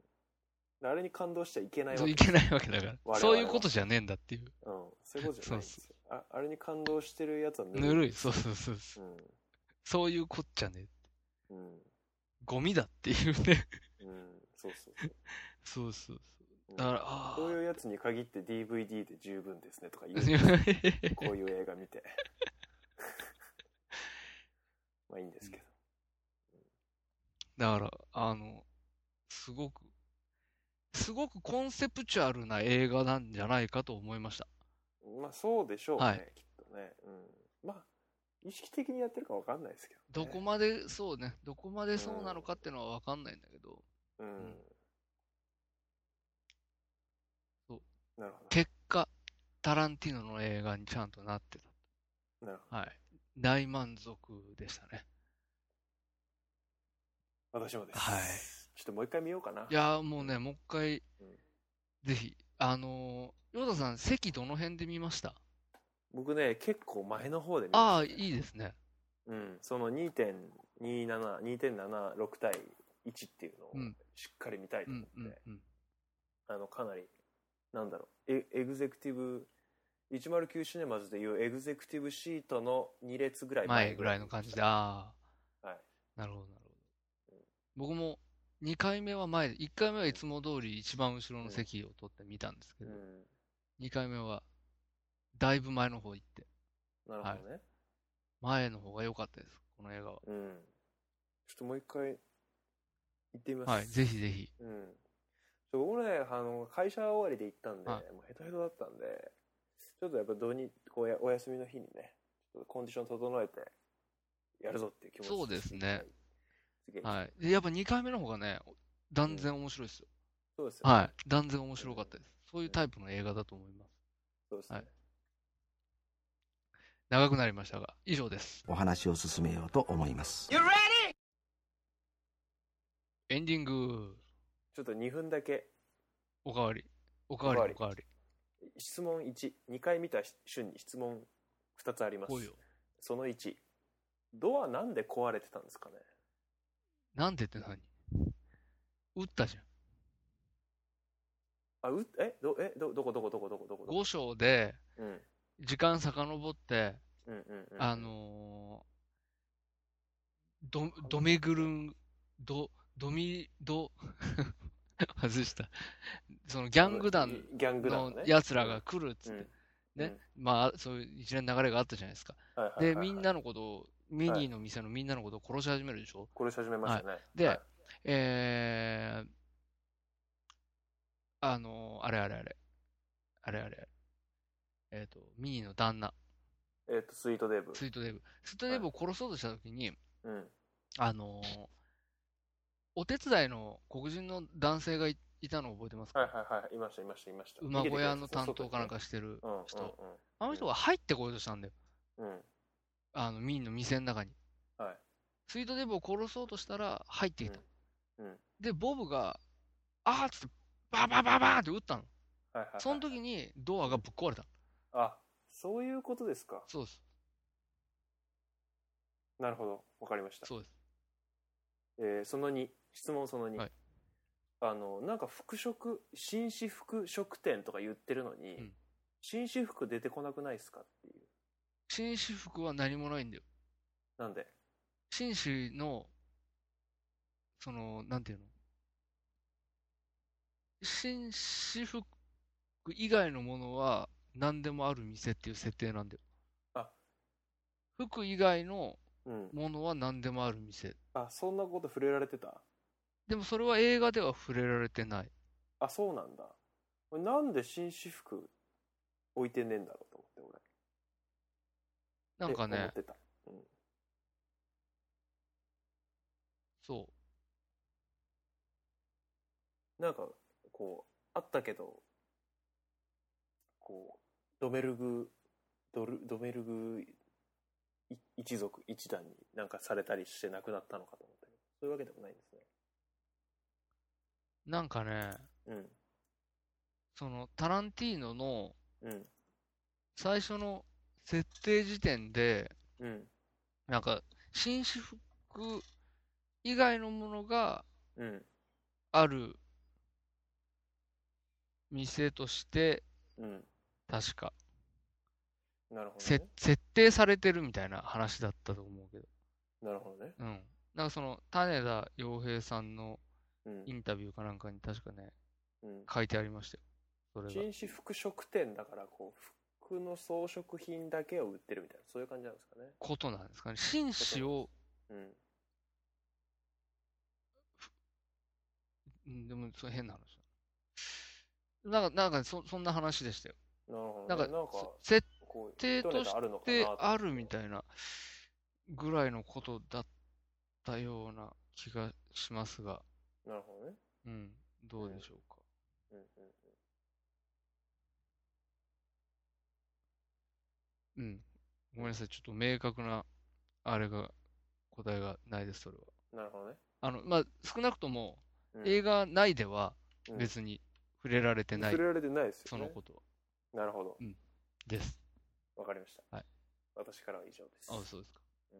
あれに感動しちゃいけない
そ
わ
う。
け
いけないわけだか
々は
ら。そういうことじゃねえんだっていう。
うん。そういうことじゃないんですよ。ああれに感動してるやつは
ぬるい。そうそうそうそう。そういうこっちゃねえ。
うん。うん。
ゴミだっていうね。
うん。そうそうそう。
そうそうそうう。
ん
だから、ああ。
こういうやつに限って DVD で十分ですねとか言う。
い
こういう映画見て。 まあいいんですけど。
だから、あの、すごく、すごくコンセプチュアルな映画なんじゃないかと思いました。
まあそうでしょうね、
はい
きっとね。うん。まあ、意識的にやってるかわかんないですけど、
ど
ね。
こまで、そうね、どこまでそうなのかっていうのはわかんないんだけど、
うん。
そう
なるほ
結果、タランティーノの映画にちゃんとなって
ど。なるほ
た。はい。大満足でしたね。
ど。私もです。
はい
ちょっともう一回見ようかな。
いやーもうね、もう一回
うん、
ぜひ、あのー、ヨーダさん、席どの辺で見ました
僕ね、結構前の方で見
ああ、
ましたね
いいですね。
うん、その2.27、2.76対1っていうのを
うん
しっかり見たいと
う
思っ
ん
て、、
うん、うん。
あの、かなり、なんだろう、エエグゼクティブ、109シネマズでいうエグゼクティブシートの2列ぐらい
前ぐらいの感じで、ああ、
はい
なるほど、なるほど。僕も2回目は前、1回目はいつも通り一番後ろの席を取って見たんですけ
うん
ど、。2回目はだいぶ前の方行って、
なるほどね。
前の方が良かったです、この映画は。
うん。ちょっともう一回、行ってみます。
はい、ぜひぜひ。
うん。ちょ僕ね、あの、会社終わりで行ったんで、
は
もうヘトヘトだったんで、ちょっとやっぱどうに、こうや、お休みの日にね、ちょっとコンディション整えて、やるぞっていう気持ち
そうですね。
次は行き
はい。で、やっぱ2回目の方がね、断然面白いですよ。
そうですよ、ね。
はい。断然面白かったです。そういうタイプの映画だと思います。
そうですね。
はい長くなりましたが、以上です。
お話を進めようと思います
エンディング、
ちょっと2分だけ、
おかわり。おかわり、
おかわり
おかわり。
質問1、2回見た瞬に質問2つあります
来い。よ。
その1、ドアなんで壊れてたんですかね
なんでって何打ったじゃ
あ、
ん。
う、え、ど、え、ど、どこどこどこどこどこどこ
5章で、
うん、うん、
時間遡って、
うん、うん。
あ、のー、ド、ドメグルン、ド、ドミ、ド、 外した。そのギャング団
ギャング団
の
ね
奴らが来るっつ
う
っ
ん
て、ね。まあ、そういう一連の流れがあったじゃないですか。
はいはいはい
で、
はい
みんなのことを、ミニーの店のみんなのことを殺し始めるでしょ
殺し始めましたね、
で
はい
えー、あのー、あれあれあれ。あれあれ。えっ、と、ミニーの旦那、
えっと、スイートデブ。
スイートデブ。スイートデブを殺そうとした時に、
うん。
あのーお手伝いの黒人の男性がいいたのを覚えてますか、
はいはいはい。いました、いました、いました。
馬小屋の担当かなん
逃げてき
かしてる
たやつ
人。
ね。
あの人が入ってこようとしたんだよ。
うんうんうん。うん。
あの、ミニーの店の中に。
はい
スイートデブを殺そうとしたら入ってきた。
うんうん
で、ボブが、あーっつって、バーバーバーバーって撃ったの。
はいはいはい。
その時にドアがぶっ壊れた。
あ、そういうことですか。
そうです。
なるほど。わかりました。
そうです。
えーその2質問その2、
はい
あのなんか服飾紳士服飾店とか言ってるのに、
うん
紳士服出てこなくないですかっていう
紳士服は何もないんだよ。
なんで
紳士の、その、なんていうの紳士服以外のものは何でもある店っていう設定なんだよ。
あ
服以外の
うん
ものは何でもある店。
あそんなこと触れられてた
でもそれは映画では触れられてない。
あそうなんだこれなんで紳士服置いてねえんだろうと思って
な
俺
んか
って思
ね
っ、てた
そ
なんかこうあったけどこうドメルグドルドメルグい一族一団になんかされたりして亡くなったのかと思ったけどそういうわけでもないんですね
う。なんかね、
うん
その、タランティーノの
うん
最初の設定時点で、
うん
なんか、紳士服以外のものが
うん
ある店として、
うん
確か、
なるほど
せ
ね
設定されてるみたいな話だったと思うけど。
なるほどね
うん。なんかその、種田洋平さんの
うん
インタビューかなんかに確かね、
うん
書いてありましたよ。それが。
紳士服飾店だからこう服の装飾品だけを売ってるみたいなそういう感じなんですかね
ことなんですかね。紳士を、
うん
うんでも、それ変な話だ。なんか、なんかそ、そんな話でしたよ。
なるほ
な
どね
んか、
なんか
そ設
こう
定
一
と
ネ
し
タあるのかな
て
と思って
あるみたいなぐらいのことだったような気がしますが、
なるほどね
うん、どうでしょうか。
うんうん
うん。ごめんなさい、ちょっと明確な、あれが、答えがないです、それは。
なるほどね
あの、まあ、少なくと
う
も、
ん
映画内では
うん
別に触れられてない、
触れられてないです
そ
よね
のことは
なるほど
です。
わかりました、
はい
私からは以上です
あ、そうですか。
う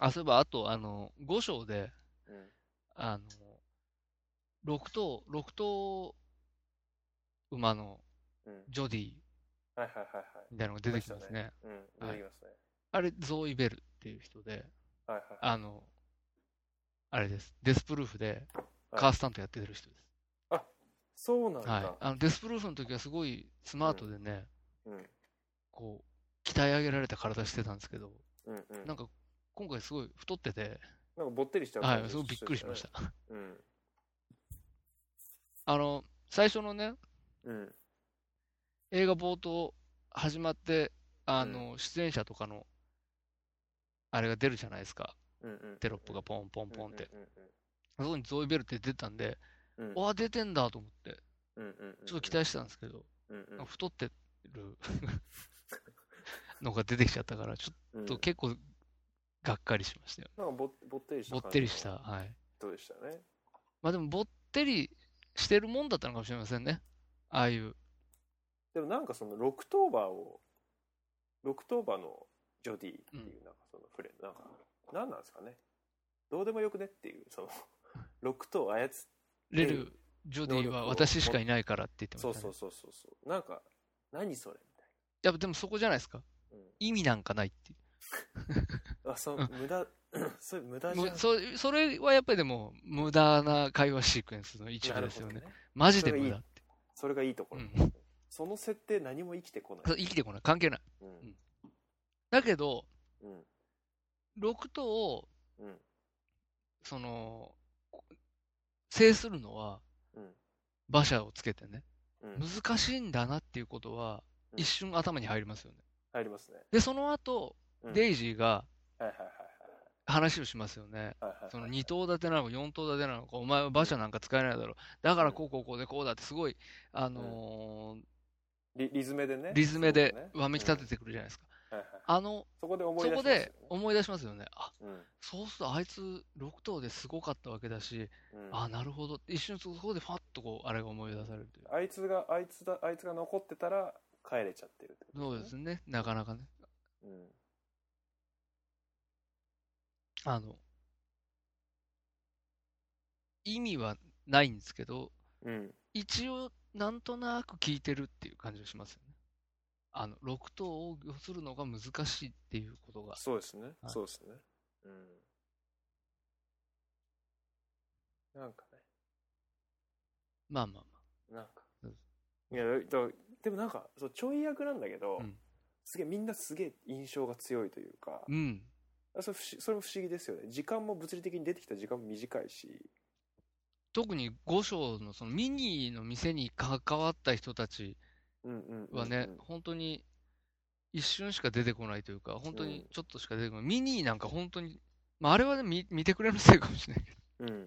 あ、そういえば、あと、あの、5章で、
んうん
あの、6頭、6頭馬の
うん
ジョディ
はいはいはいはい
みたいなのが出てきますね。
うん
は
出
い
てきますね
あれ、ゾーイベルっていう人で、
はいはいはい
あの、あれです。デスプルーフで
はい
カースタントやってる人です。
そうなんだ、
はい。あの、デスプルーフの時はすごいスマートでね、
うん
こう、鍛え上げられた体してたんですけど、
うんうん
なんか、今回すごい太ってて、
なんかぼってりしちゃう
は
感
い、
じ
すごいびっくりしました。
よ。うん。
あの、最初のね、
うん。
映画冒頭始まって、あの、出演者とかの、あれが出るじゃないですか。
うんうん。
テロップがポンポンポンって。
うん
そこにゾーイベルって出てたんで、
うんうん。
おわ、出てんだと思って、
うんうんうんうん。
ちょっと期待してたんですけど、
うん
なんか太って るのが出てきちゃったから、ちょっ
うん。
と結構がっかりしましたよ。
なんかぼぼってりした
ぼ
感じの。
ってりした。はい。
人でしたね。
まあでも、ぼってりしてるもんだったのかもしれませんね。ああいう。
でもなんかその六トーバーを、六トーバーのジョディっていうなんかそのフレ、なんか、なんなんですかね。どうでもよくねっていう、その、 六トー操っ
レル、ジョディは私しかいないからって言ってま
そう
した、ね。
そうそうそうそう。なんか、何それみ
やっぱでもそこじゃないですか。
たい
意味なんかないっていう。
な。うん。あ、その、無駄、 それ無駄じ
も
ゃ。
うんそそれはやっぱりでも、無駄な会話シークエンスの一
な
部
るほ
です
ど
よね。。マジで無駄って。
それがいいところ、
うん
その設定何も生きてこな
そう
い
生きてこない。関係ない。
うん
だけど、
うん
6頭を、
うん
その、こ制するのは
うん
馬車をつけてね、
うん
難しいんだなっていうことは
うん
一瞬頭に入りますよね。
入りますね。
で、その後、
うん
デイジーが
はいはい
話をしますよね。
はいはい。はいはいはい
その2頭立てなのか4頭立てなのか、お前は馬車なんか使えないだろう。だからこうこうこうでこうだってすごい、あの
リリズムでね。
ーリズムで
そうすね
わめき立ててくるじゃないですか。
うんはいはい
あの、
そこで思い
そ
出
こ
します
で
よね
思い出しますよね。あ、
うん
そうするとあいつ6頭ですごかったわけだし、
うん
あ、なるほどって。一瞬そこでファッとこう、あれが思い出されるという。
あいつが、あいつだ、あいつが残ってたら帰れちゃってるってこと
そうですね。なかなかね。
うん。
あの、意味はないんですけど、
うん。
一応、なんとなく聞いてるっていう感じがしますよね。あの、6頭を要するのが難しいっていうことが。
そうですね。
はい
そうですね。うん。なんかね。
まあまあ
なんか
う
い
ん。
や、だからでもなんか、そう、ちょい役なんだけど、
うん
すげえ、みんなすげえ印象が強いというか、
まあ。うん。
それ不思それも不思議ですよね。時間も物理的に出てきた時間も短いし、
特に五章のそのミニーの店に関わった人たち
うんうんうんうん
はね、本当に一瞬しか出てこないというか、本当
う
に
ん
ちょっとしか出てこない。ミニーなんか本当に、まああれはね、見見てくれのせいかもしれないけど。
うん。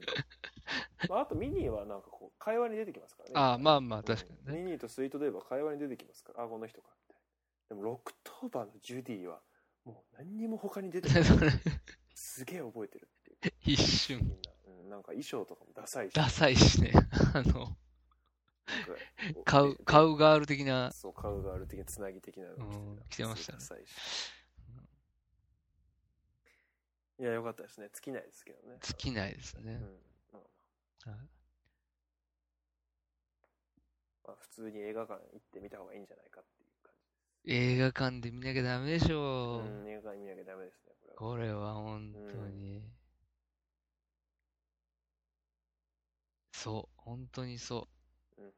まあ、あとミニーはなんかこう、会話に出てきますからね。
ああ、まあ
あ
まあ確かにね。
ミニーとスイートデーブは会話に出てきますから、あ、この人かって。でも、ロクトーバーのジュディは、もう何にも他に出てこない。
それ
すげえ覚えてるっていう。
一瞬。
みんな、うん、なんか衣装とかもダサいし。
ダサいしね。あ
な
の、
んかこ
カウ、
で
カウガール的な。
そう、カウガール的なつなぎ的なの
うん着てましたね
すごいダサいしいや、よかったですね。尽きないですけどね。
尽きないですね
う。んまあ
はい
まあ普通に映画館行ってみた方がいいんじゃないかっていう感
映画館で見なきゃダメでしょ
じ。うん、映画館見なきゃダメですね、これは。
これは本当に。そう、本当にそう
うん。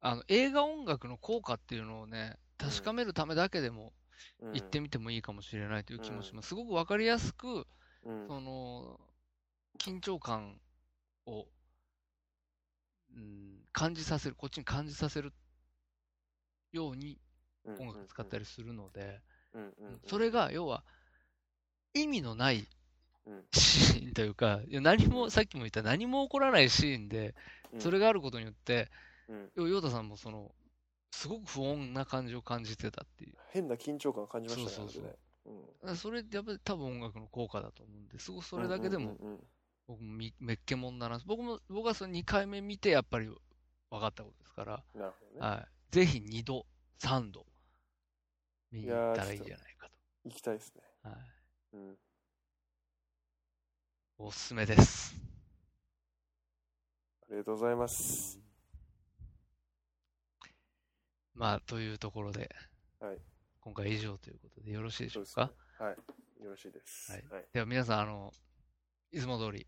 あの、映画音楽の効果っていうのをね、確かめるためだけでも
うん
行ってみてもいいかもしれないという気もします。すごくわかりやすく、
うん
その、緊張感を、うん、感じさせる、こっちに感じさせるように音楽使ったりするので、
うんうんうんうん
それが、要は、意味のない
うん
シーンというか、いや何も、さっきも言った何も起こらないシーンで、
うん
それがあることによって、
うん
要はヨータさんもその、すごく不穏な感じを感じてたっていう。
変な緊張感を感じましたね
そうそうそう
あれね
それってやっぱり多分音楽の効果だと思うんで、すごく
う
そ
ん
れだけで
う
も
んうんうん
僕もみめっけもんだな。僕も、僕はその2回目見てやっぱり分かったことですから、
なるほどね
はい。ぜひ2度、3度、見に行ったらいいんじゃないか
行きたいですね
と。はい。
うん
おすすめです。
ありがとうございます
まあ、というところで、
はい
今回以上ということでよろしいでし
そ
ょ
う
う
ですね
か。
はいよろしいです
はい
はい
では皆さん、あの、いつも通り、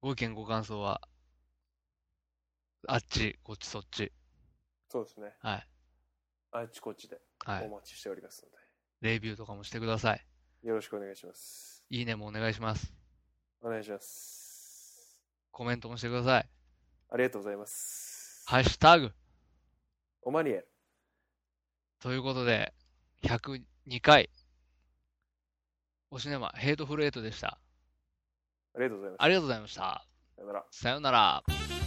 ご意見ご感想は、あっち、こっち、そっち。
そうですね
はい。
あちこちで
は
お
い。
待ちしておりますの
レビューとかもしてください。
でよろしくお願いします
いいねもお願いします。
お願いします
コメントもしてください。
ありがとうございます
ハッシュタグ
おマニエル
ということで、102回、おしねま、ヘイトフルエイトでし
あ
た。
りがとうございま
あ
し
りがとうございました。
たさよなら
さようなら。